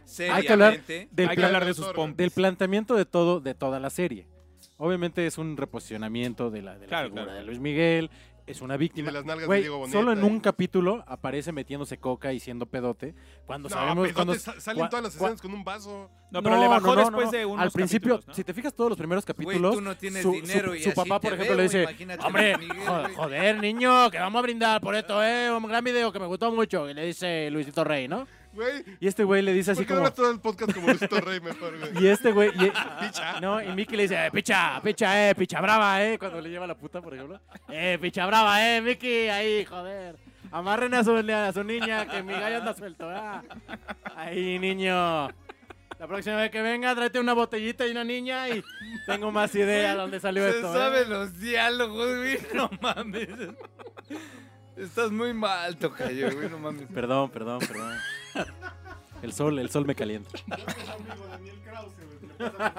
[SPEAKER 3] Seriamente.
[SPEAKER 6] que hablar del,
[SPEAKER 7] Hay que
[SPEAKER 6] plan-
[SPEAKER 7] hablar de sus pompis.
[SPEAKER 6] del planteamiento de todo, de toda la serie. Obviamente es un reposicionamiento de la, de la
[SPEAKER 7] Claro,
[SPEAKER 6] figura
[SPEAKER 7] claro.
[SPEAKER 6] de Luis Miguel, es una
[SPEAKER 4] Y
[SPEAKER 6] víctima.
[SPEAKER 4] de las nalgas
[SPEAKER 6] Güey,
[SPEAKER 4] de Diego Boneta. ¿eh?
[SPEAKER 6] solo en un
[SPEAKER 4] y-
[SPEAKER 6] capítulo aparece metiéndose coca y siendo pedote. Cuando
[SPEAKER 4] No,
[SPEAKER 6] sabemos
[SPEAKER 4] pedote,
[SPEAKER 6] cuando
[SPEAKER 4] sa- salen
[SPEAKER 6] cua-
[SPEAKER 4] todas las
[SPEAKER 6] cua-
[SPEAKER 4] escenas con un vaso.
[SPEAKER 7] No, pero le bajó después de unos
[SPEAKER 6] Al principio,
[SPEAKER 7] capítulos, ¿no?
[SPEAKER 6] si te fijas todos los primeros
[SPEAKER 3] Güey,
[SPEAKER 6] capítulos,
[SPEAKER 3] tú no tienes
[SPEAKER 6] su, su-
[SPEAKER 3] dinero y
[SPEAKER 6] su
[SPEAKER 3] así
[SPEAKER 6] papá,
[SPEAKER 3] te
[SPEAKER 6] por ejemplo,
[SPEAKER 3] veo,
[SPEAKER 6] le dice,
[SPEAKER 3] imagínate,
[SPEAKER 6] hombre,
[SPEAKER 3] Luis Miguel,
[SPEAKER 6] jo-
[SPEAKER 3] güey".
[SPEAKER 6] joder, niño, que vamos a brindar por esto, eh, un gran video que me gustó mucho, y le dice Luisito Rey, ¿no?
[SPEAKER 4] Güey,
[SPEAKER 6] Y este güey le dice
[SPEAKER 4] ¿por
[SPEAKER 6] así
[SPEAKER 4] qué
[SPEAKER 6] como,
[SPEAKER 4] hablas todo el podcast como Luisito Rey mejor, güey?
[SPEAKER 6] y este güey, y, no, y Mickey le dice, eh, picha, picha, eh, picha brava, eh, cuando le lleva la puta, por ejemplo, eh, picha brava, eh, Mickey, ahí, joder. Amarren a su, a su niña, que mi gallo anda suelto. ah. Ahí, niño. La próxima vez que venga, tráete una botellita y una niña y tengo más idea de dónde salió
[SPEAKER 3] Se
[SPEAKER 6] esto. ¿eh?
[SPEAKER 3] sabe los diálogos, güey. No mames. Estás muy mal, tocayo, güey. No mames.
[SPEAKER 6] Perdón, perdón, perdón. El sol, el sol me calienta.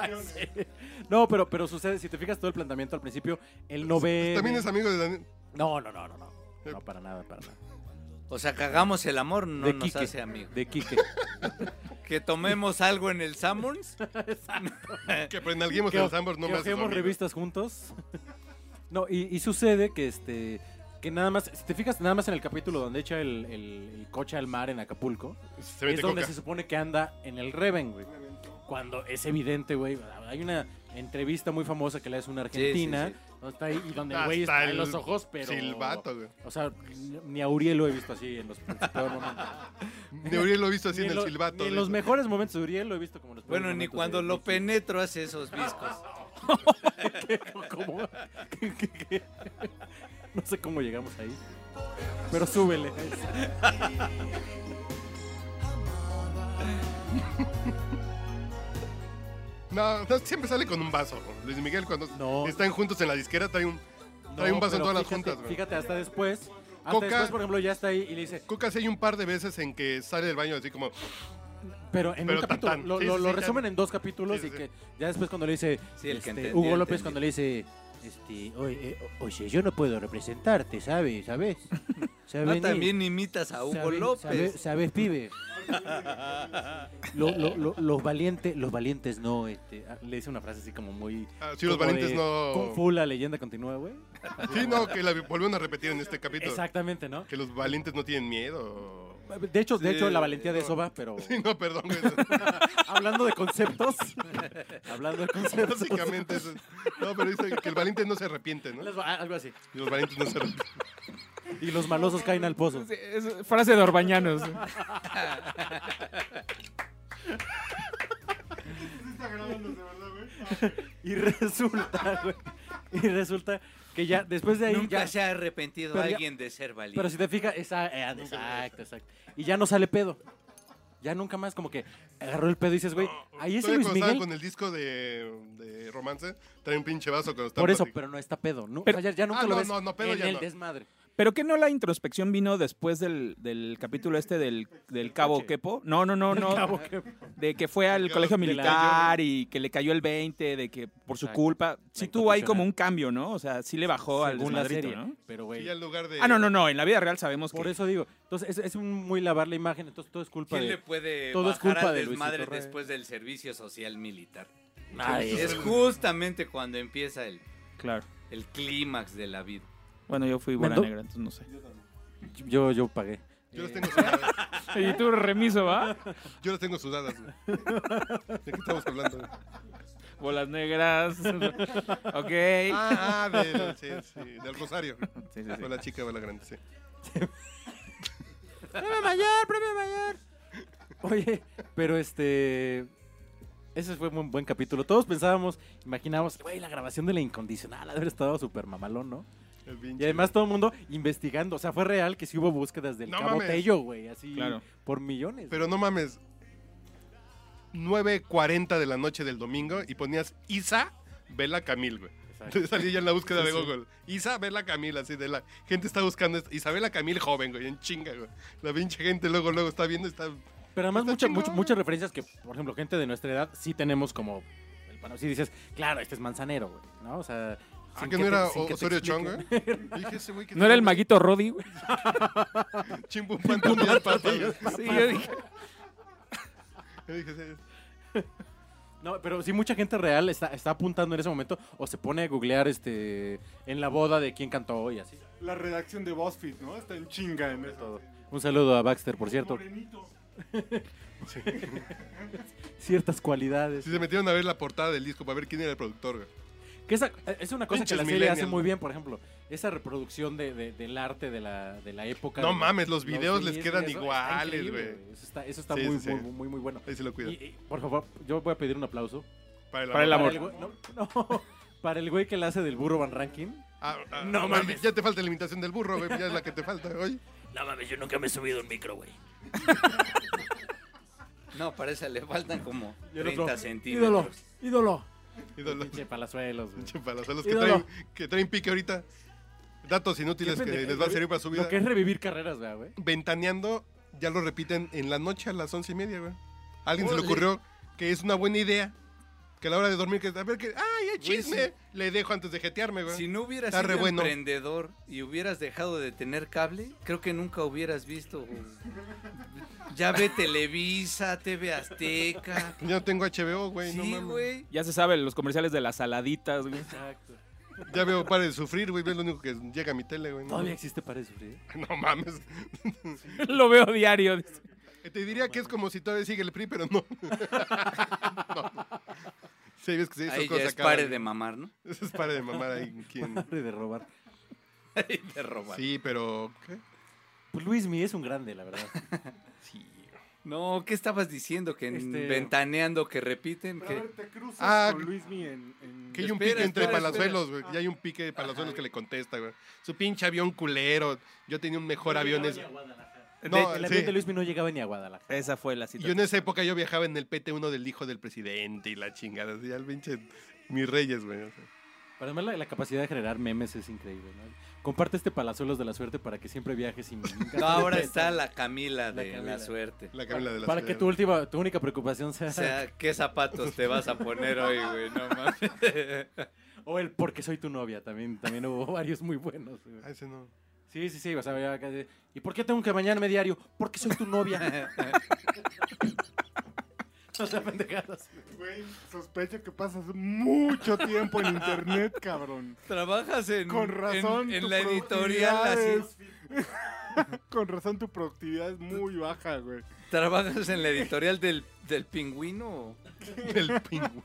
[SPEAKER 6] Sí. No, pero, pero sucede, si te fijas todo el planteamiento al principio, él no ve...
[SPEAKER 4] También es Eh, amigo de Daniel.
[SPEAKER 6] No, no, no, no, no. No, para nada, para nada.
[SPEAKER 3] O sea, cagamos el amor, no
[SPEAKER 6] De
[SPEAKER 3] nos
[SPEAKER 6] Quique.
[SPEAKER 3] hace amigos.
[SPEAKER 6] De Quique.
[SPEAKER 3] Que tomemos algo en el Sammons.
[SPEAKER 4] Que prenalguemos en los ambos
[SPEAKER 6] que
[SPEAKER 4] nombres.
[SPEAKER 6] hojeemos revistas juntos. No, y, y sucede que este... Que nada más, si te fijas, nada más en el capítulo donde echa el, el- el coche al mar en Acapulco,
[SPEAKER 4] Se
[SPEAKER 6] es
[SPEAKER 4] mete
[SPEAKER 6] donde
[SPEAKER 4] coca.
[SPEAKER 6] se supone que anda en el Reven, güey. Cuando es evidente, güey. Hay una entrevista muy famosa que le hace una
[SPEAKER 3] Sí, sí,
[SPEAKER 6] argentina,
[SPEAKER 3] sí.
[SPEAKER 6] donde está ahí y donde el
[SPEAKER 4] Hasta
[SPEAKER 6] güey está en
[SPEAKER 4] el
[SPEAKER 6] los ojos, pero.
[SPEAKER 4] Silbato, güey.
[SPEAKER 6] O sea, ni a Uriel lo he visto así en los en su peor momentos.
[SPEAKER 4] De Uriel lo he visto así
[SPEAKER 6] Ni
[SPEAKER 4] en el
[SPEAKER 6] lo-
[SPEAKER 4] silbato.
[SPEAKER 6] ni en
[SPEAKER 4] de-
[SPEAKER 6] los mejores momentos de Uriel lo he visto como en los peores
[SPEAKER 3] Bueno, ni
[SPEAKER 6] momentos
[SPEAKER 3] cuando
[SPEAKER 6] de-
[SPEAKER 3] lo penetro hace esos viscos.
[SPEAKER 6] ¿Cómo? ¿Qué- qué- qué? No sé cómo llegamos ahí. Pero súbele.
[SPEAKER 4] No, no, siempre sale con un vaso. Luis Miguel, cuando
[SPEAKER 6] No.
[SPEAKER 4] están juntos en la disquera, trae un. Trae
[SPEAKER 6] No,
[SPEAKER 4] un vaso en
[SPEAKER 6] pero
[SPEAKER 4] todas las
[SPEAKER 6] fíjate-
[SPEAKER 4] juntas, güey.
[SPEAKER 6] Fíjate, hasta después. Hasta
[SPEAKER 4] Coca.
[SPEAKER 6] después, por ejemplo, ya está ahí y le dice,
[SPEAKER 4] Coca, sí hay un par de veces en que sale del baño así como.
[SPEAKER 6] Pero en
[SPEAKER 4] Pero
[SPEAKER 6] un capítulo,
[SPEAKER 4] tan, tan.
[SPEAKER 6] lo,
[SPEAKER 4] Sí,
[SPEAKER 6] lo-
[SPEAKER 4] sí,
[SPEAKER 6] lo
[SPEAKER 4] sí,
[SPEAKER 6] resumen
[SPEAKER 4] ya.
[SPEAKER 6] en dos capítulos
[SPEAKER 4] Sí, sí,
[SPEAKER 6] y
[SPEAKER 4] sí.
[SPEAKER 6] que ya después cuando le dice
[SPEAKER 3] Sí, el que
[SPEAKER 6] este,
[SPEAKER 3] entendió,
[SPEAKER 6] Hugo López
[SPEAKER 3] entendió.
[SPEAKER 6] cuando le dice este, oye, eh, o- oye, yo no puedo representarte, ¿sabes? ¿Sabes? ¿Sabes?
[SPEAKER 3] No,
[SPEAKER 6] Nen?
[SPEAKER 3] Ah, también imitas a Hugo
[SPEAKER 6] ¿Sabes-
[SPEAKER 3] López.
[SPEAKER 6] ¿Sabes, sabes, pibe? Lo- lo- lo- los valientes, los valientes no, este, ah, le hice una frase así como muy.
[SPEAKER 4] Ah, sí, los
[SPEAKER 6] como
[SPEAKER 4] valientes
[SPEAKER 6] de,
[SPEAKER 4] no.
[SPEAKER 6] Kung Fu, la leyenda continúa, güey.
[SPEAKER 4] Sí, no, que la volvieron a repetir en este capítulo.
[SPEAKER 6] Exactamente, ¿no?
[SPEAKER 4] Que los valientes no tienen miedo.
[SPEAKER 6] De hecho, de
[SPEAKER 4] Sí,
[SPEAKER 6] hecho, la valentía de
[SPEAKER 4] no.
[SPEAKER 6] eso va, pero
[SPEAKER 4] Sí, no, perdón. güey.
[SPEAKER 6] hablando de conceptos, hablando de conceptos,
[SPEAKER 4] Básicamente eso. No, pero dice que el valiente no se arrepiente, ¿no?
[SPEAKER 6] Las va- ah, algo así.
[SPEAKER 4] Y los valientes no se arrepienten.
[SPEAKER 6] Y los malosos caen al pozo.
[SPEAKER 7] Es frase de Orbañanos.
[SPEAKER 6] Y resulta, güey, y resulta que ya después de ahí
[SPEAKER 3] Nunca
[SPEAKER 6] ya-
[SPEAKER 3] se ha arrepentido
[SPEAKER 6] Pero ya-
[SPEAKER 3] alguien de ser valiente.
[SPEAKER 6] Pero si te fijas, esa- eh, exacto, exacto. Y ya no sale pedo. Ya nunca más, como que agarró el pedo y dices, güey, ahí
[SPEAKER 4] Todavía
[SPEAKER 6] ese Luis
[SPEAKER 4] cuando estaban
[SPEAKER 6] Miguel.
[SPEAKER 4] con el disco de, de romance, trae un pinche vaso cuando están
[SPEAKER 6] Por eso,
[SPEAKER 4] platicando.
[SPEAKER 6] pero no está pedo. No,
[SPEAKER 7] Pero-
[SPEAKER 6] o sea, ya, ya nunca
[SPEAKER 4] Ah,
[SPEAKER 6] lo
[SPEAKER 4] no,
[SPEAKER 6] ves
[SPEAKER 4] no, no, pedo
[SPEAKER 6] en
[SPEAKER 4] ya
[SPEAKER 6] el
[SPEAKER 4] no.
[SPEAKER 6] desmadre.
[SPEAKER 5] Pero que no la introspección vino después del, del capítulo este del, del cabo Quepo. No, no, no, no. De que fue al
[SPEAKER 4] Del
[SPEAKER 5] colegio
[SPEAKER 4] cabo-
[SPEAKER 6] de la-
[SPEAKER 5] militar y que le cayó el 20, de que por su
[SPEAKER 6] Exacto.
[SPEAKER 5] culpa. Sí tuvo ahí como
[SPEAKER 6] incondicional.
[SPEAKER 5] un cambio, ¿no? O sea, sí le bajó al
[SPEAKER 6] Según la
[SPEAKER 5] desmadrito,
[SPEAKER 6] serie,
[SPEAKER 5] ¿no?
[SPEAKER 6] Pero,
[SPEAKER 4] Sí,
[SPEAKER 6] güey,
[SPEAKER 4] ya en lugar de.
[SPEAKER 5] Ah, no, no, no. En la vida real sabemos
[SPEAKER 6] por
[SPEAKER 5] que...
[SPEAKER 6] eso digo. Entonces, es, es un muy lavar la imagen. Entonces, todo es culpa
[SPEAKER 3] ¿Quién le
[SPEAKER 6] de.
[SPEAKER 3] puede
[SPEAKER 6] Todo es
[SPEAKER 3] bajar
[SPEAKER 6] culpa
[SPEAKER 3] al
[SPEAKER 6] de Luisito
[SPEAKER 3] desmadre
[SPEAKER 6] Rey.
[SPEAKER 3] después del servicio social militar?
[SPEAKER 6] Ay,
[SPEAKER 3] Es justamente cuando empieza el,
[SPEAKER 5] Claro.
[SPEAKER 3] el clímax de la vida.
[SPEAKER 5] Bueno, yo fui bola
[SPEAKER 6] Mendo-
[SPEAKER 5] negra, entonces no sé.
[SPEAKER 6] Yo, yo pagué.
[SPEAKER 4] Yo las tengo sudadas.
[SPEAKER 7] y tú remiso, ¿va?
[SPEAKER 4] Yo las tengo sudadas. güey. ¿De qué estamos hablando? güey?
[SPEAKER 7] Bolas negras. ok.
[SPEAKER 4] Ah, ah, del, sí, sí, del Rosario.
[SPEAKER 5] Sí, sí, sí.
[SPEAKER 4] Fue la chica, fue la grande, sí.
[SPEAKER 6] ¡Premio mayor, premio mayor! Oye, pero este. Ese fue un buen- buen capítulo. Todos pensábamos, imaginábamos, güey, la grabación de la incondicional ha de haber estado súper mamalón, ¿no?
[SPEAKER 4] El pinche-
[SPEAKER 6] Y además todo el mundo investigando. O sea, fue real que sí hubo búsquedas del
[SPEAKER 4] No
[SPEAKER 6] Cabo
[SPEAKER 4] mames.
[SPEAKER 6] Tello, güey. Así
[SPEAKER 5] Claro.
[SPEAKER 6] por millones.
[SPEAKER 4] Pero no mames. 9.40 de la noche del domingo y ponías Isa, Vela Camil, güey.
[SPEAKER 6] Exacto.
[SPEAKER 4] Entonces salí ya en la búsqueda de Google. Isabela Camil, así de la gente está buscando. esto. Isabela Camil joven, güey, en chinga, güey. La pinche gente luego, luego está viendo, está. ah,
[SPEAKER 6] Pero además
[SPEAKER 4] Está
[SPEAKER 6] mucha-
[SPEAKER 4] chingón,
[SPEAKER 6] much-
[SPEAKER 4] güey.
[SPEAKER 6] muchas referencias que, por ejemplo, gente de nuestra edad sí tenemos como... El pano. Sí dices, claro, este es manzanero, güey. ¿No? O sea...
[SPEAKER 4] Ah,
[SPEAKER 6] sin
[SPEAKER 4] que
[SPEAKER 6] que
[SPEAKER 4] no
[SPEAKER 6] te-
[SPEAKER 4] era
[SPEAKER 6] sin que te
[SPEAKER 4] Osorio Chong,
[SPEAKER 6] expliquen.
[SPEAKER 4] güey. Dije ese güey que
[SPEAKER 7] ¿No era el maguito Roddy? güey?
[SPEAKER 4] Chimpum pantalón, pantalón.
[SPEAKER 7] Sí, yo dije.
[SPEAKER 4] Dije, sí.
[SPEAKER 6] No, pero sí mucha gente real está, está apuntando en ese momento o se pone a googlear este en la boda de quién cantó hoy, así.
[SPEAKER 2] La redacción de BuzzFeed, ¿no? Está en chinga en eso.
[SPEAKER 6] Un saludo a Baxter, por cierto.
[SPEAKER 2] Morenito.
[SPEAKER 6] Ciertas cualidades.
[SPEAKER 4] Sí, se metieron a ver la portada del disco para ver quién era el productor, güey.
[SPEAKER 6] Que esa- es una cosa que
[SPEAKER 4] Pinches
[SPEAKER 6] la serie hace
[SPEAKER 4] millennials.
[SPEAKER 6] muy bien, por ejemplo. Esa reproducción de- de- del arte de la, de la época.
[SPEAKER 4] No
[SPEAKER 6] de-
[SPEAKER 4] mames, los videos les
[SPEAKER 6] güey,
[SPEAKER 4] quedan
[SPEAKER 6] eso está
[SPEAKER 4] iguales,
[SPEAKER 6] increíble,
[SPEAKER 4] güey.
[SPEAKER 6] Eso está, eso está
[SPEAKER 4] Sí,
[SPEAKER 6] muy,
[SPEAKER 4] sí, sí.
[SPEAKER 6] muy, muy, muy bueno.
[SPEAKER 4] Ahí se lo cuida.
[SPEAKER 6] Y, y, por favor, yo voy a pedir un aplauso.
[SPEAKER 4] Para el
[SPEAKER 7] para el
[SPEAKER 4] amor.
[SPEAKER 7] amor.
[SPEAKER 6] Para el güey, no, no, para el güey que la hace del burro Van Ranking.
[SPEAKER 4] Ah, ah,
[SPEAKER 6] No
[SPEAKER 4] ah,
[SPEAKER 6] mames.
[SPEAKER 4] Ya te falta la imitación del burro, güey. pues Ya es la que te falta, hoy.
[SPEAKER 3] No, para esa le faltan como
[SPEAKER 6] Y el
[SPEAKER 3] 30
[SPEAKER 6] otro, ídolo,
[SPEAKER 3] centímetros.
[SPEAKER 6] ídolo.
[SPEAKER 4] Ídolo.
[SPEAKER 6] Pinche palazuelos, güey.
[SPEAKER 4] Pinche palazuelos que
[SPEAKER 6] Ídolo.
[SPEAKER 4] traen, que traen pique ahorita. Datos inútiles
[SPEAKER 6] Qué
[SPEAKER 4] que
[SPEAKER 6] pendejo,
[SPEAKER 4] les va a
[SPEAKER 6] güey.
[SPEAKER 4] servir para su vida.
[SPEAKER 6] Lo que es revivir carreras, ¿verdad, güey.
[SPEAKER 4] Ventaneando, ya lo repiten en la noche a las once y media, güey. A alguien se le
[SPEAKER 3] Órale.
[SPEAKER 4] ocurrió que es una buena idea. Que a la hora de dormir, que a ver que. ¡Ay,
[SPEAKER 3] Güey,
[SPEAKER 4] hay chisme! Le dejo antes de jetearme, güey.
[SPEAKER 3] Si no hubieras
[SPEAKER 4] Está re
[SPEAKER 3] sido
[SPEAKER 4] bueno.
[SPEAKER 3] emprendedor y hubieras dejado de tener cable, creo que nunca hubieras visto. Ya ve Televisa, TV Azteca.
[SPEAKER 4] Yo no tengo HBO, güey. no
[SPEAKER 3] Sí,
[SPEAKER 4] mames.
[SPEAKER 3] güey.
[SPEAKER 5] Ya se sabe, los comerciales de las saladitas, güey.
[SPEAKER 6] Exacto.
[SPEAKER 4] Ya veo para de sufrir, güey. Es lo único que llega a mi tele, güey. No,
[SPEAKER 6] Todavía existe para sufrir.
[SPEAKER 4] no mames.
[SPEAKER 5] Lo veo diario. dice.
[SPEAKER 4] Eh, Te diría que es como si todavía sigue el PRI, pero no. no. Sí, ves que sí, esas
[SPEAKER 3] Ahí ya
[SPEAKER 4] cosas
[SPEAKER 3] es
[SPEAKER 4] acaban.
[SPEAKER 3] pare de mamar, ¿no?
[SPEAKER 4] Eso es pare de mamar ahí. ¿quién?
[SPEAKER 6] Hombre de robar.
[SPEAKER 3] Y de robar.
[SPEAKER 4] Sí, pero. ¿qué?
[SPEAKER 6] Pues Luis Mi es un grande, la verdad.
[SPEAKER 3] No, ¿qué estabas diciendo? Que en
[SPEAKER 6] Este-
[SPEAKER 3] ventaneando que repiten.
[SPEAKER 2] Pero a
[SPEAKER 3] Que...
[SPEAKER 2] ver, te cruzas
[SPEAKER 4] Ah,
[SPEAKER 2] con Luismi en, en-
[SPEAKER 4] Que hay un
[SPEAKER 3] Espera,
[SPEAKER 4] pique entre
[SPEAKER 3] espera,
[SPEAKER 4] palazuelos, güey. Y hay un pique de palazuelos que le contesta, güey. Su pinche avión culero. Yo tenía un mejor avión. ese- No,
[SPEAKER 6] el
[SPEAKER 4] sí.
[SPEAKER 6] avión de Luis Mi no llegaba ni a Guadalajara.
[SPEAKER 5] Esa fue la cita.
[SPEAKER 4] Yo en esa época yo viajaba en el PT1 del hijo del presidente y la chingada. Así, al pinche. Mis reyes, güey. o sea.
[SPEAKER 6] Pero además la, la capacidad de generar memes es increíble, ¿no? Comparte este palazuelos de la suerte para que siempre viajes sin...
[SPEAKER 3] No, ahora está la Camila de la,
[SPEAKER 6] Camila.
[SPEAKER 3] suerte.
[SPEAKER 4] La Camila de la
[SPEAKER 6] Para que tu, última, tu única preocupación sea...
[SPEAKER 3] O sea, ¿qué zapatos te vas a poner hoy, güey? No mames.
[SPEAKER 6] o el porque soy tu novia, también, también hubo varios muy buenos. güey.
[SPEAKER 4] Ah, ese no.
[SPEAKER 6] Sí, sí, sí. O sea, ya acá de, ¿Y por qué tengo que bañarme diario? Porque soy tu novia. o sea, pendejadas.
[SPEAKER 2] Güey, sospecho que pasas mucho tiempo en internet, cabrón.
[SPEAKER 3] Trabajas en,
[SPEAKER 2] Con razón.
[SPEAKER 3] en, en
[SPEAKER 2] tu
[SPEAKER 3] la editorial,
[SPEAKER 2] productividad
[SPEAKER 3] así,
[SPEAKER 2] es- Con razón tu productividad es muy baja, güey.
[SPEAKER 3] trabajas en la editorial del, del pingüino.
[SPEAKER 4] El pingüino.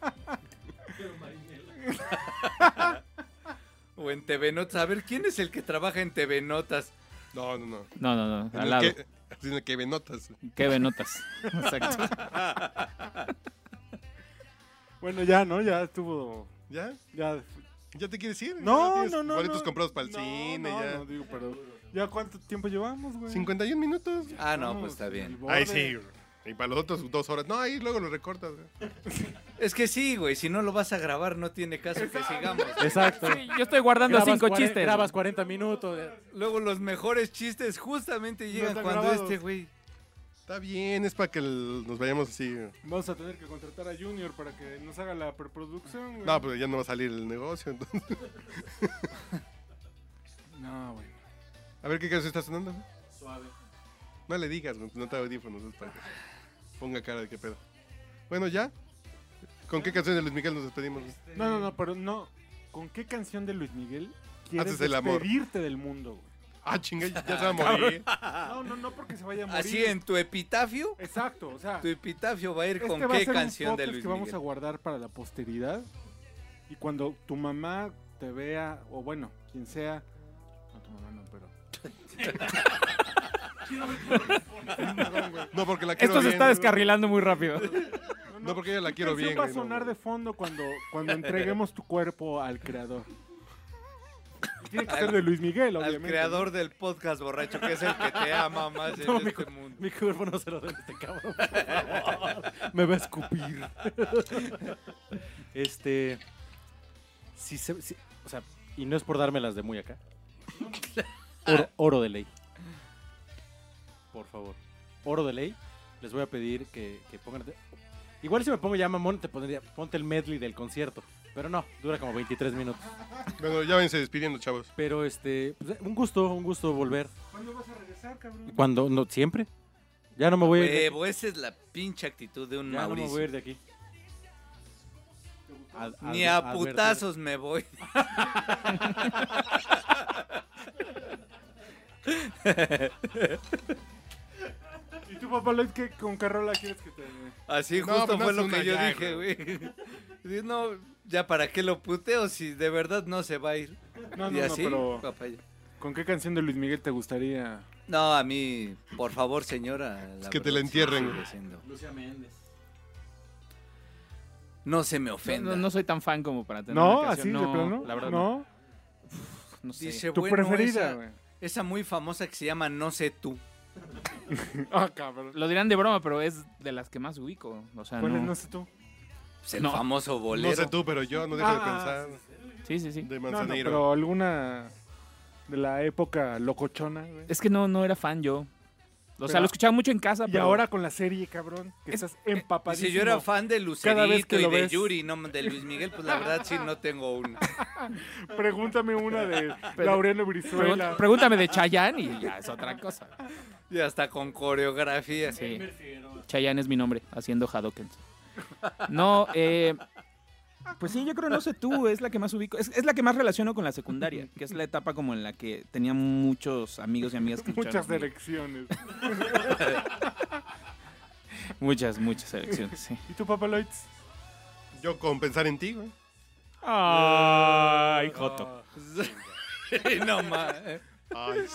[SPEAKER 3] O en TV Notas. A ver, ¿quién es el que trabaja en TV Notas?
[SPEAKER 4] No, no, no.
[SPEAKER 7] No, no, no.
[SPEAKER 4] En
[SPEAKER 7] Al
[SPEAKER 4] el
[SPEAKER 7] lado.
[SPEAKER 4] que- así en el que me notas.
[SPEAKER 7] Qué venotas. Exacto.
[SPEAKER 2] Bueno, ya, ¿no? Ya estuvo.
[SPEAKER 4] ¿Ya?
[SPEAKER 2] Ya.
[SPEAKER 4] ¿Ya te quieres ir? Ya
[SPEAKER 2] No,
[SPEAKER 4] tienes
[SPEAKER 2] no, no.
[SPEAKER 4] Boletos
[SPEAKER 2] no.
[SPEAKER 4] comprados para el
[SPEAKER 2] No,
[SPEAKER 4] cine,
[SPEAKER 2] no,
[SPEAKER 4] ya.
[SPEAKER 2] No, digo, pero. ¿Ya cuánto tiempo llevamos, güey?
[SPEAKER 4] 51 minutos.
[SPEAKER 3] Ah, no,
[SPEAKER 2] Vamos,
[SPEAKER 3] pues está bien.
[SPEAKER 2] al borde.
[SPEAKER 4] Ahí sí. güey. Y para los otros dos horas. No, ahí luego lo recortas. güey.
[SPEAKER 3] Es que sí, güey. Si no lo vas a grabar, no tiene caso que sigamos.
[SPEAKER 6] Exacto.
[SPEAKER 7] Sí, yo estoy guardando
[SPEAKER 6] Grabas
[SPEAKER 7] cinco
[SPEAKER 6] cuare-
[SPEAKER 7] chistes.
[SPEAKER 6] Grabas 40 minutos. eh.
[SPEAKER 3] Luego los mejores chistes justamente llegan
[SPEAKER 2] están
[SPEAKER 3] cuando
[SPEAKER 2] grabados.
[SPEAKER 3] este güey.
[SPEAKER 4] Está bien, es para que el- nos vayamos así. güey.
[SPEAKER 2] Vamos a tener que contratar a Junior para que nos haga la preproducción, güey.
[SPEAKER 4] No, pero ya no va a salir el negocio. Entonces.
[SPEAKER 2] No, güey.
[SPEAKER 4] A ver qué canción está sonando. Suave. No le digas, güey, no te audífonos. es para que Ponga cara de qué pedo. Bueno, ya. ¿Con qué canción de Luis Miguel nos despedimos? güey?
[SPEAKER 2] No, no, no, pero no. ¿Con qué canción de Luis Miguel quieres
[SPEAKER 4] Haces el amor.
[SPEAKER 2] despedirte del mundo, güey?
[SPEAKER 4] Ah, chinga, ya se va a morir.
[SPEAKER 2] No, no, no porque se vaya a morir.
[SPEAKER 3] Ah. Así en tu epitafio.
[SPEAKER 2] Exacto, o sea,
[SPEAKER 3] Tu epitafio va a ir
[SPEAKER 2] este
[SPEAKER 3] con
[SPEAKER 2] va a
[SPEAKER 3] qué
[SPEAKER 2] ser un
[SPEAKER 3] canción de
[SPEAKER 2] podcast
[SPEAKER 3] Luis
[SPEAKER 2] que vamos a
[SPEAKER 3] Miguel.
[SPEAKER 2] guardar para la posteridad. Y cuando tu mamá te vea, o bueno, quien sea, no tu mamá no, pero
[SPEAKER 4] No, porque la quiero
[SPEAKER 7] Esto se
[SPEAKER 4] bien.
[SPEAKER 7] está descarrilando muy rápido.
[SPEAKER 2] no,
[SPEAKER 4] No, porque ella la quiero bien.
[SPEAKER 2] va a
[SPEAKER 4] güey, no,
[SPEAKER 2] sonar de
[SPEAKER 4] güey.
[SPEAKER 2] fondo cuando, cuando entreguemos tu cuerpo al creador. Y Tiene que ser de Luis Miguel,
[SPEAKER 3] Al
[SPEAKER 2] obviamente.
[SPEAKER 3] creador del podcast borracho, que es el que te ama más
[SPEAKER 6] No,
[SPEAKER 3] en
[SPEAKER 6] mi
[SPEAKER 3] este
[SPEAKER 6] cu-
[SPEAKER 3] mundo.
[SPEAKER 6] Mi cuerpo no se lo debe este cabrón. por favor. Me va a escupir. Este. Sí, se, sí, o sea, y no es por dármelas de muy acá. Oro, oro de ley. Por favor. Oro de ley. Les voy a pedir que, que pongan. Igual si me pongo ya mamón, te pondría. Ponte el medley del concierto. Pero no, dura como 23 minutos.
[SPEAKER 4] Bueno, ya vense despidiendo, chavos.
[SPEAKER 6] Pero este. pues, un gusto, un gusto volver.
[SPEAKER 2] ¿Cuándo vas a regresar, cabrón?
[SPEAKER 6] Cuando. No, siempre. Ya no me voy a ir de-
[SPEAKER 3] Huevo, esa es la pinche actitud de un
[SPEAKER 6] Ya no me voy a
[SPEAKER 3] Mauricio.
[SPEAKER 6] ir de aquí. Ad-
[SPEAKER 3] Ni
[SPEAKER 6] ad-
[SPEAKER 3] a
[SPEAKER 6] advertido.
[SPEAKER 3] putazos me voy.
[SPEAKER 2] ¿Y tu papá Lloyd qué, con qué rola quieres que te...
[SPEAKER 3] Así
[SPEAKER 4] No,
[SPEAKER 3] justo
[SPEAKER 4] pues no
[SPEAKER 3] fue
[SPEAKER 4] es
[SPEAKER 3] lo
[SPEAKER 4] una
[SPEAKER 3] que yo
[SPEAKER 4] ya,
[SPEAKER 3] dije, güey. Dije, No, ya para qué lo puteo si de verdad no se va a ir.
[SPEAKER 2] No,
[SPEAKER 3] y
[SPEAKER 2] no,
[SPEAKER 3] así,
[SPEAKER 2] no, pero
[SPEAKER 3] papaya.
[SPEAKER 2] ¿con qué canción de Luis Miguel te gustaría...?
[SPEAKER 3] No, a mí, por favor, señora.
[SPEAKER 4] que te la
[SPEAKER 3] verdad, sí
[SPEAKER 4] entierren,
[SPEAKER 3] me
[SPEAKER 4] güey.
[SPEAKER 3] sigue siendo. No se me
[SPEAKER 7] No,
[SPEAKER 3] ofenda.
[SPEAKER 7] no- no soy tan fan como para tener.
[SPEAKER 2] ¿No?
[SPEAKER 7] una
[SPEAKER 2] ¿Así
[SPEAKER 7] canción.
[SPEAKER 2] de plano?
[SPEAKER 7] La verdad, no.
[SPEAKER 2] ¿No?
[SPEAKER 7] no sé.
[SPEAKER 3] Dice,
[SPEAKER 2] ¿Tu
[SPEAKER 3] bueno,
[SPEAKER 2] preferida,
[SPEAKER 3] esa,
[SPEAKER 2] güey?
[SPEAKER 3] esa muy famosa que se llama No sé tú.
[SPEAKER 2] Ah, cabrón.
[SPEAKER 7] Lo dirán de broma, pero es de las que más ubico. O
[SPEAKER 5] Ah,
[SPEAKER 7] sea,
[SPEAKER 2] ¿Cuál
[SPEAKER 7] no.
[SPEAKER 2] es? No sé tú.
[SPEAKER 3] Pues el
[SPEAKER 7] No.
[SPEAKER 3] famoso bolero.
[SPEAKER 4] No sé tú, pero yo no dejo
[SPEAKER 2] Ah,
[SPEAKER 4] de pensar.
[SPEAKER 7] Sí, sí, sí.
[SPEAKER 4] De
[SPEAKER 2] No, no,
[SPEAKER 4] Manzanero.
[SPEAKER 2] pero alguna de la época locochona, güey.
[SPEAKER 7] Es que no, no era fan yo. O sea,
[SPEAKER 2] Pero-
[SPEAKER 7] lo escuchaba mucho en casa,
[SPEAKER 2] Y
[SPEAKER 7] pero
[SPEAKER 2] ahora con la serie, cabrón, que
[SPEAKER 7] Es-
[SPEAKER 2] estás
[SPEAKER 3] Dice,
[SPEAKER 2] empapadísimo.
[SPEAKER 3] yo era fan de
[SPEAKER 2] Cada vez
[SPEAKER 3] Lucerito
[SPEAKER 2] que
[SPEAKER 3] y de
[SPEAKER 2] lo ves.
[SPEAKER 3] Yuri, no de Luis Miguel, pues la verdad sí no tengo una.
[SPEAKER 2] Pregúntame una de
[SPEAKER 7] Pero-
[SPEAKER 2] Laureano
[SPEAKER 7] pregun-
[SPEAKER 2] Brizuela.
[SPEAKER 7] pregúntame de Chayanne y ya es otra cosa.
[SPEAKER 3] Y hasta con coreografía.
[SPEAKER 7] Sí. Chayanne es mi nombre, haciendo Hadoken. No, eh, pues sí, yo creo, no sé tú, es la que más ubico, es, es la que más relaciono con la secundaria, que es la etapa como en la que tenía muchos amigos y amigas que
[SPEAKER 2] Muchas
[SPEAKER 7] escuchaban Luis Miguel.
[SPEAKER 2] elecciones.
[SPEAKER 7] Muchas, muchas selecciones, sí.
[SPEAKER 2] ¿Y tu papá Lloyd?
[SPEAKER 4] Yo con pensar en ti, güey.
[SPEAKER 7] Ay, Joto.
[SPEAKER 3] no más.
[SPEAKER 4] Ay,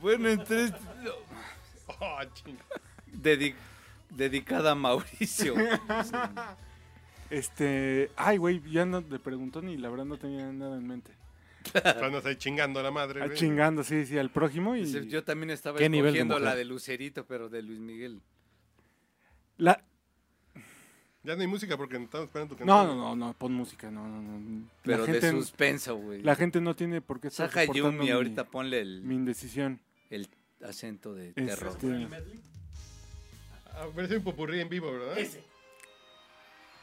[SPEAKER 3] Bueno, entonces.
[SPEAKER 4] oh, chinga.
[SPEAKER 3] dedi- dedicada a Mauricio.
[SPEAKER 2] Este. Ay, güey, ya no te preguntó ni la verdad no tenía nada en mente.
[SPEAKER 4] Andas ahí chingando a la madre,
[SPEAKER 2] Ah,
[SPEAKER 4] güey.
[SPEAKER 2] chingando, sí, sí, al prójimo y.
[SPEAKER 3] Dice, Yo también estaba
[SPEAKER 6] ¿Qué nivel de
[SPEAKER 3] escogiendo la
[SPEAKER 6] mujer?
[SPEAKER 3] de Lucerito, pero de Luis Miguel.
[SPEAKER 2] La...
[SPEAKER 4] Ya no hay música porque estamos esperando tu
[SPEAKER 2] No, no, no, no, pon música, no, no, no.
[SPEAKER 3] Pero
[SPEAKER 2] la, gente,
[SPEAKER 3] de suspenso, güey.
[SPEAKER 2] la gente no tiene por qué estar
[SPEAKER 3] Saca
[SPEAKER 2] soportando
[SPEAKER 3] Yumi,
[SPEAKER 2] mi-
[SPEAKER 3] ahorita ponle
[SPEAKER 2] mi
[SPEAKER 3] el,
[SPEAKER 2] indecisión.
[SPEAKER 3] el acento de
[SPEAKER 2] Este,
[SPEAKER 3] terror.
[SPEAKER 4] Ah, Parece un popurrí en vivo, ¿verdad?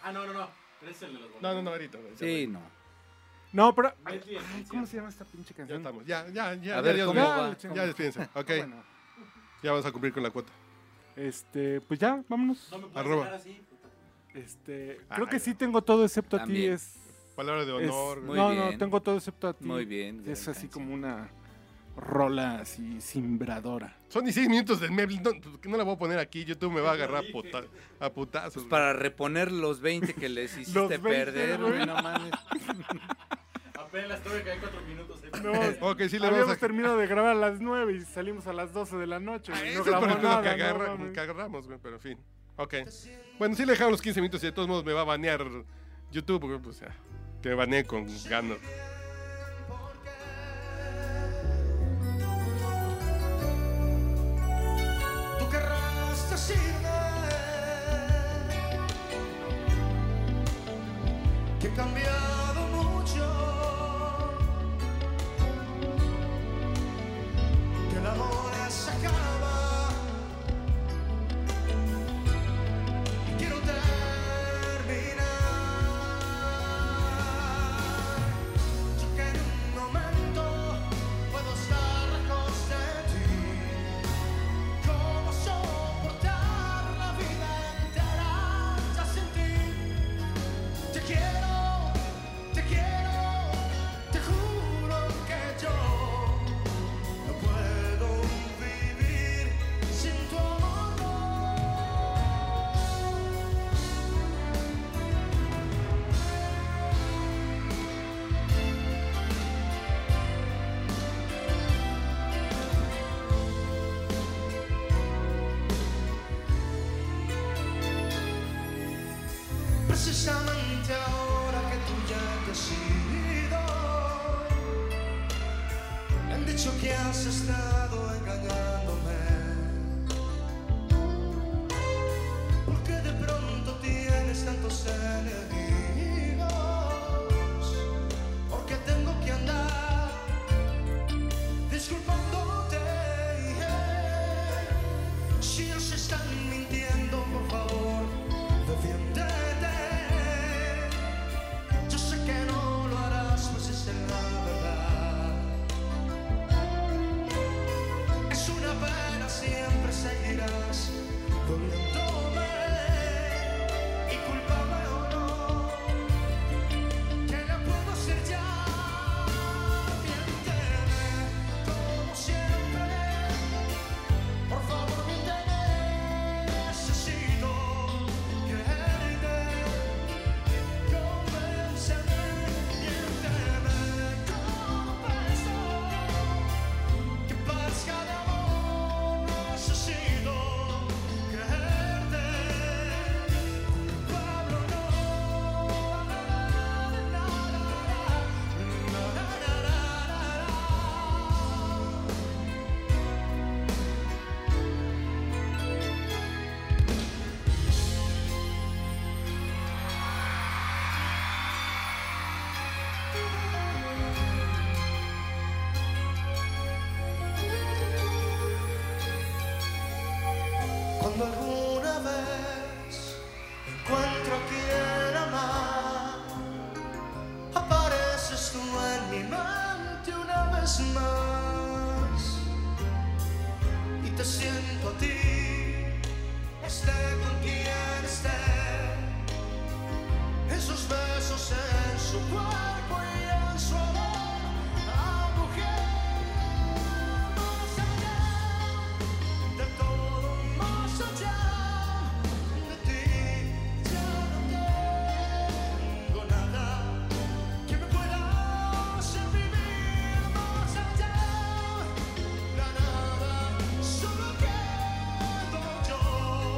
[SPEAKER 6] Ah, no, no, no. Pero es el de los
[SPEAKER 4] No, no, no, ahorita. güey.
[SPEAKER 3] Sí, no.
[SPEAKER 2] No, pero. ¿Cómo se llama esta pinche
[SPEAKER 4] Ya
[SPEAKER 2] canción?
[SPEAKER 4] estamos. Ya, ya, ya.
[SPEAKER 3] A
[SPEAKER 4] ya,
[SPEAKER 3] ver,
[SPEAKER 4] ya,
[SPEAKER 3] ¿cómo
[SPEAKER 4] ya,
[SPEAKER 3] va?
[SPEAKER 4] Ya despídense. Ok.
[SPEAKER 2] Ah, Bueno,
[SPEAKER 4] Ya vas a cumplir con la cuota.
[SPEAKER 2] este, pues ya, vámonos.
[SPEAKER 4] Arroba.
[SPEAKER 2] Este,
[SPEAKER 4] Ah,
[SPEAKER 2] creo que
[SPEAKER 4] ya.
[SPEAKER 2] sí tengo todo excepto a ti.
[SPEAKER 3] También.
[SPEAKER 2] Es,
[SPEAKER 4] Palabra de
[SPEAKER 2] es-
[SPEAKER 4] honor.
[SPEAKER 3] muy
[SPEAKER 2] no, no,
[SPEAKER 3] bien.
[SPEAKER 2] tengo todo excepto a ti.
[SPEAKER 3] Muy bien. gran
[SPEAKER 2] Es así
[SPEAKER 3] canción.
[SPEAKER 2] como una rola así simbradora.
[SPEAKER 4] Son 16 minutos del Meble. No, pues, no la voy a poner aquí. YouTube me va a agarrar a, puta- a putazos. güey.
[SPEAKER 3] Pues Para reponer los 20 que les
[SPEAKER 2] Los
[SPEAKER 3] hiciste
[SPEAKER 2] 20,
[SPEAKER 3] perder,
[SPEAKER 2] güey.
[SPEAKER 3] güey, no mames.
[SPEAKER 6] Apenas tuve que hay cuatro minutos.
[SPEAKER 4] Ok, sí, le vamos
[SPEAKER 2] Habíamos
[SPEAKER 4] a.
[SPEAKER 2] terminado de grabar a las 9 y salimos a las 12 de la noche.
[SPEAKER 4] Ah,
[SPEAKER 2] güey,
[SPEAKER 4] eso
[SPEAKER 2] no
[SPEAKER 4] es para
[SPEAKER 2] grabamos
[SPEAKER 4] lo
[SPEAKER 2] nada.
[SPEAKER 4] que,
[SPEAKER 2] no
[SPEAKER 4] agarra-
[SPEAKER 2] mames.
[SPEAKER 4] que agarramos, güey, pero en fin. Ok. Bueno, sí le dejamos los 15 minutos y de todos modos me va a banear YouTube, porque pues ya. Te baneé con ganas.
[SPEAKER 9] Tú querrás decirme que he cambiado mucho, que el amor se acaba y quiero terminar. Yo que en un momento puedo estar lejos de ti. ¿Cómo soportar la vida entera ya sin ti? Te quiero, te quiero, te juro que yo no puedo vivir sin tu amor. precisamente ahora que tú ya te has ido. Me han dicho que has estado engañándome. Porque de pronto tienes tantos enemigos. Porque tengo que andar disculpándote. Si os están mintiendo, por favor, defiéndete. Yo sé que no lo harás, pues esa es la verdad. Es una pena, siempre seguirás doliéndome. Y culpable o no, que la puedo ser ya. Miénteme, como siempre. Por favor, miénteme, necesito creerte, convénceme, miénteme como peso, que parezca de amor, necesito creerte, culpable o no, na, na, na, na, na, na, na, na, na. Cuando alguna vez encuentro a quien amar, apareces tú en mi mente una vez más y te siento a ti, esté con quien esté, esos besos en su cuerpo y en su amor, a mujer más allá de todo más allá de ti ya no tengo nada que me pueda hacer vivir más allá la nada solo quedo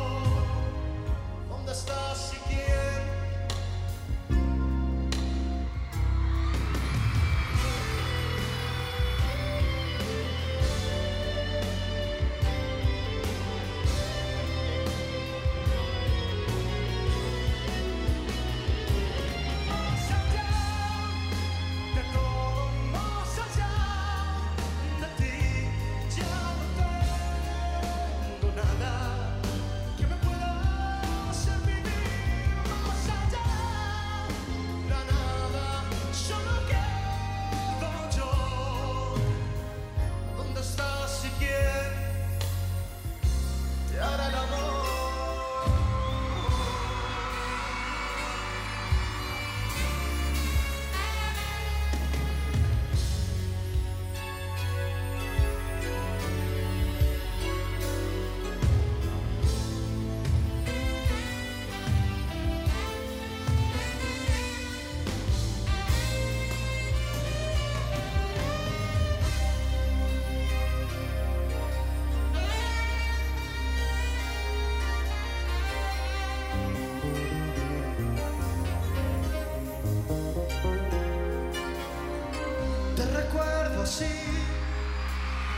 [SPEAKER 9] así,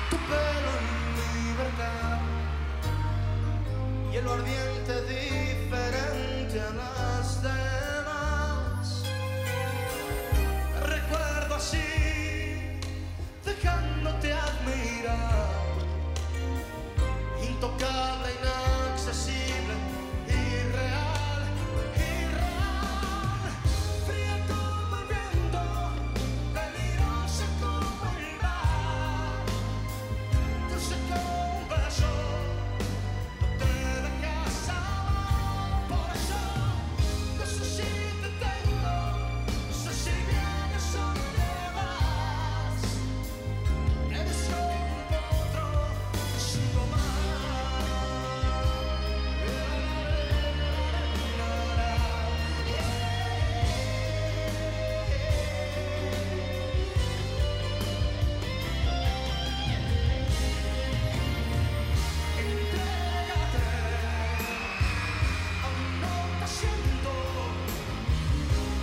[SPEAKER 9] tu pelo en libertad y el ardiente diferente a las demás. Recuerdo así, dejándote admirar intocable, inaccesible, irreal, irreal. Fría como el viento, peligrosa como el mar. Dulce como un beso, no te dejas amar. Por eso, no sé si te tengo, no sé si vienes o te vas. Eres un potro, sigo Entrégate, aún no te siento.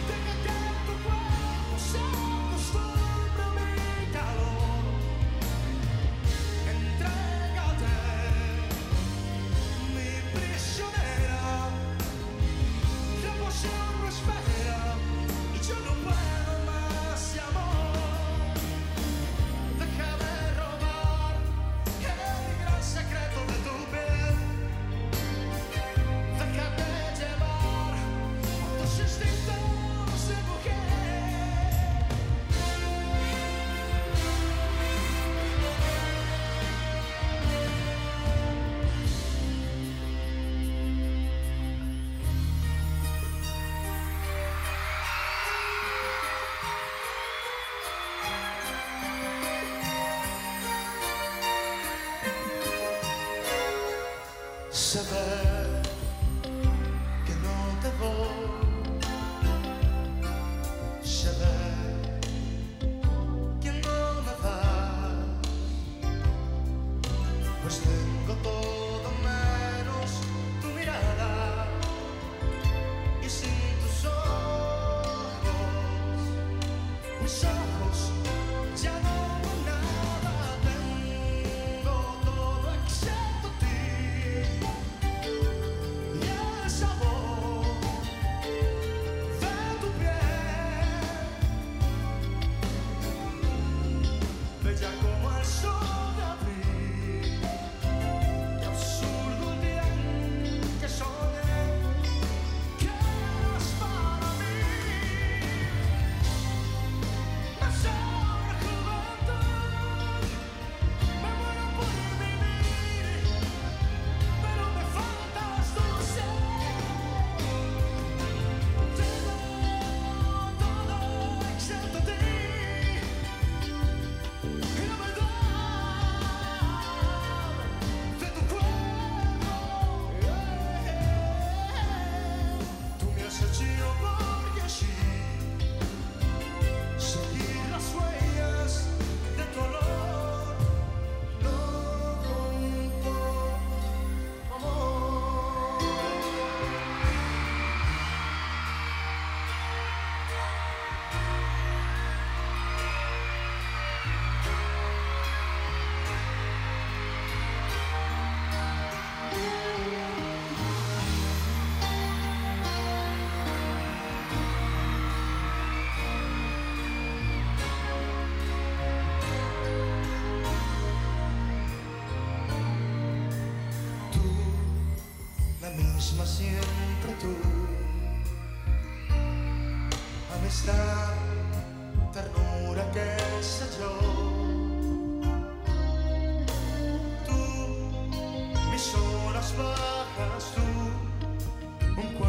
[SPEAKER 9] Deja que tu cuerpo se acostumbre a mi calor. Entrégate, mi prisionera. La pasión no espera y yo no puedo más de amor. Deja de robar el gran secreto de tu piel. Déjate llevar por tus instintos de mujer. Saber que no te voy, saber que no me vas, pues tengo todo menos tu mirada y sin tus ojos, mis ojos ya no nada tengo todo excepto ti. Y el sabor de tu piel, bella como el sol de abril, y absurdo el día en que soñé que eras para mí. Nació la juventud, me muero por vivir. Pero me faltas tu ser Te doy todo excepto ti Y la verdad de tu cuerpo Tú me has hecho porque así Seguir las huellas de tu olor No junto Tú, la misma siempre tú. Amistad, ternura, qué sé yo. Tú, mis horas bajas, tú, un cuerpo.